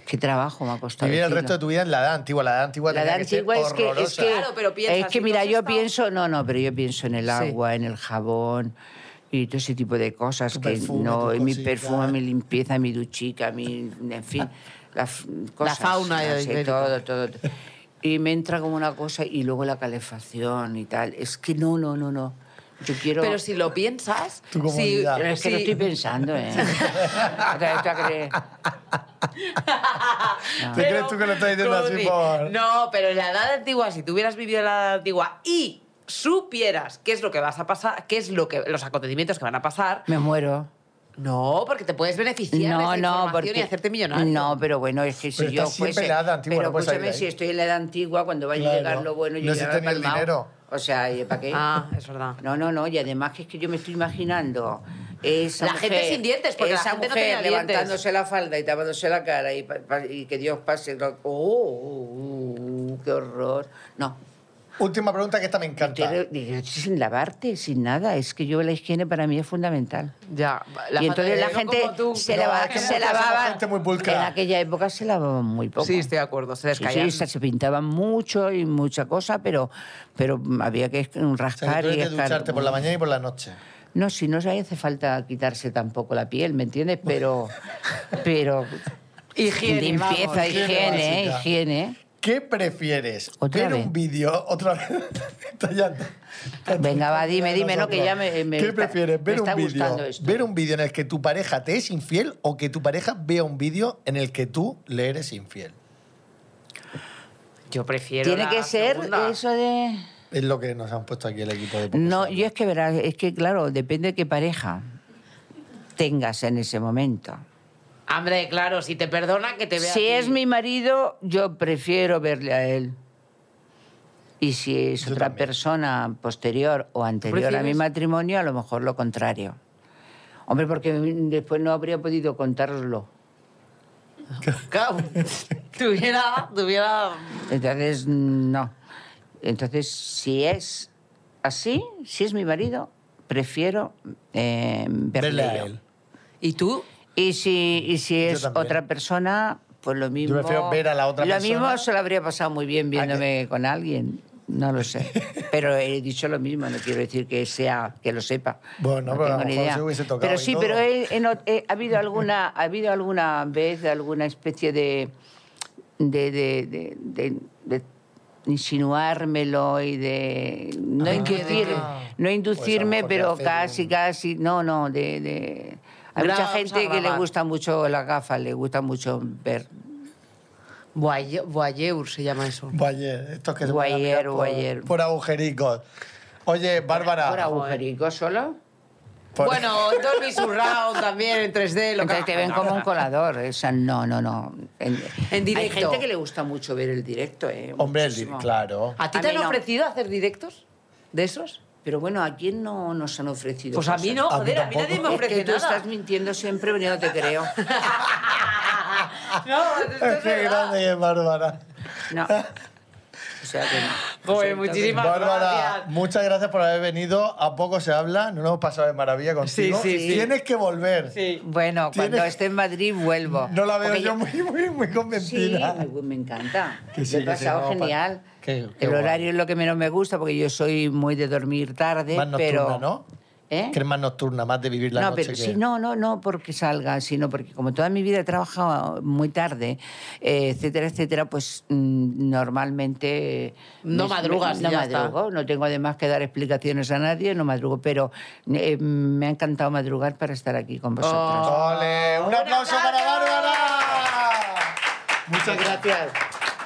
Qué trabajo me ha costado. Vivir el decirlo. resto de tu vida en la edad antigua. La edad antigua La tenía danza igual que es ser que, es horrorosa. que, Claro, pero piensa, es que si mira, tú has yo estado- pienso, no, no, pero yo pienso en el agua, en el jabón y todo ese tipo de cosas Tu que perfume, no, tu y mi cosita. perfume, mi limpieza, mi duchica, mi, en fin, las f- cosas, fauna eh, no sé, ibérica. todo, todo. todo. Y me entra como una cosa y luego la calefacción y tal. Es que no, no, no, no. Yo quiero. Pero si lo piensas, Tu si, comodidad. Pero es que lo si- estoy pensando, ¿eh? Otra vez tú a creer. ¿Te crees tú que lo estás diciendo así Cody, por...? No, Ah. pero en la edad antigua, si tuvieras vivido la edad antigua y supieras qué es lo que vas a pasar, qué es lo que los acontecimientos que van a pasar, Me muero. no, porque te puedes beneficiar de No, esa no, información porque... y hacerte millonario. No, pero bueno, es que si Pero yo estás siempre fuese... en la edad antigua, pero no puedes salir de escúchame, ahí. si estoy en la edad antigua, cuando vaya Claro. a llegar lo bueno... No yo ya existe ni habré el palmao. dinero. O sea, ¿y para qué? Ah, es verdad. No, no, no, y además que es que yo me estoy imaginando... Esa La gente mujer- sin dientes, porque la esa gente no mujer tenía dientes. levantándose la falda y tapándose la cara y, pa- pa- y que Dios pase... lo- ¡Oh! ¡Qué horror! No, Última pregunta que esta me te- encanta. digo, sin lavarte, sin nada. Es que yo la higiene para mí es fundamental Ya. y entonces la no gente como tú. se, No, lava- es que se muchas son lavaba. gente muy pulcra. en aquella época se lavaban muy poco. Sí, estoy de acuerdo. Se Sí, sí, descaían. se, se pintaban mucho y mucha cosa, pero, pero había que esc- O sea, que rascar tú y tienes que escar- ducharte por la mañana y por la noche. No, si no se hace falta quitarse tampoco la piel, ¿me entiendes? Pero, pero Higiene, limpieza, higiene vamos. higiene, ¿eh? básica. higiene. ¿Qué prefieres? Otra ¿Ver vez. un vídeo otra vez? Está ya- Venga, va, dime, dime, no, Nosotros. que ya me, me ¿Qué está- prefieres? me Ver está un vídeo. gustando esto. Ver un vídeo en el que tu pareja te es infiel o que tu pareja vea un vídeo en el que tú le eres infiel. Yo prefiero. Tiene la que ser segunda. eso de... Es lo que nos han puesto aquí el equipo de Poco No, Sabio. yo es que verás, es que claro, depende de qué pareja tengas en ese momento. Hombre, claro, si te perdona, que te vea. Si a ti. es mi marido, yo prefiero verle a él. Y si es Yo otra también. persona posterior o anterior a mi prefieres? matrimonio, a lo mejor lo contrario. Hombre, porque después no habría podido contároslo. Claro, tuviera, tuviera. Entonces, no. Entonces, si es así, si es mi marido, prefiero eh, verle, verle a yo. él. ¿Y tú? Y si, y si es también. otra persona, pues lo mismo. prefiero ver a la otra lo persona. mismo se lo habría pasado muy bien viéndome con alguien. No lo sé. Pero he dicho lo mismo, no quiero decir que sea que lo sepa. Bueno, No pero a lo tengo ni mejor idea. se hubiese tocado Pero y sí, todo. pero he- he not- he- ha habido alguna ha habido alguna vez alguna especie de de, de- de- de- de insinuármelo y de no Ah. Pues inducir, no inducirme, mejor de pero hacer casi un- casi no, no, de, de- hay Ahora mucha vamos a gente que le grabar. gusta mucho la gafa, le gusta mucho ver Voye- Voyeur se llama eso. Valle, estos que se Guayer, pueden mirar por- guayer. Por agujericos. Oye, Bárbara. por agujerico solo. por- Bueno, Dolby Surround también en 3D. Lo Entonces que... te ven como un colador, o sea, no, no, no. En, En directo. Hay gente que le gusta mucho ver el directo, eh, Hombre, el- muchísimo. claro. ¿A ti A te mí han no. ofrecido hacer directos de esos? Pero bueno, ¿a quién no nos han ofrecido? Pues a mí cosas? no, A mí joder, a mí, tampoco. nadie me Es ofrece que tú nada. estás mintiendo siempre, pero yo no te creo. No, esto Ah, es Qué verdad. grande es Bárbara. No. O sea que no. Joder, muchísimas Bárbara, gracias. muchas gracias por haber venido. A poco se habla, nos lo hemos pasado de maravilla contigo. Sí, sí, sí. Tienes que volver. Sí. Bueno, cuando Tienes- esté en Madrid vuelvo. No la veo Porque yo muy, muy, muy Sí, convencida. me, me encanta. Que sí, Lo he que sí, pasado no, pa- genial. Qué- qué el guay. horario es lo que menos me gusta porque yo soy muy de dormir tarde, más nocturna, pero ¿no? ¿Eh? Que eres más nocturna, más de vivir la no, noche. pero que- sí, no, no, no porque salga, sino porque como toda mi vida he trabajado muy tarde, eh, etcétera, etcétera, pues mm, normalmente... eh, No madrugas y No ya está. madrugo, no tengo además que dar explicaciones a nadie, no madrugo, pero eh, me ha encantado madrugar para estar aquí con vosotros. ¡Ole! ¡Un aplauso para Bárbara! Muchas gracias.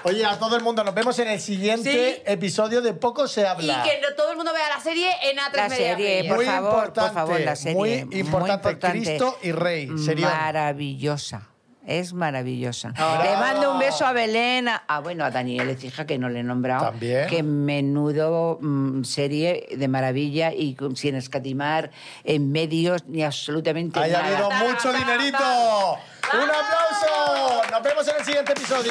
Oye, a todo el mundo, nos vemos en el siguiente Sí. episodio de Poco se Y habla. que no todo el mundo vea la serie en A3 La Media serie, Media. por Muy favor, por importante, favor, la serie. muy importante, Cristo y Rey, serión. Maravillosa. Es maravillosa. Ah. Le mando un beso a Belén, a, ah, bueno, a Daniel hija que no le he nombrado. También. Que menudo mm, serie de maravilla y con- sin escatimar en medios ni absolutamente Haya nada. habido mucho dinerito. ¡Un aplauso! Nos vemos en el siguiente episodio.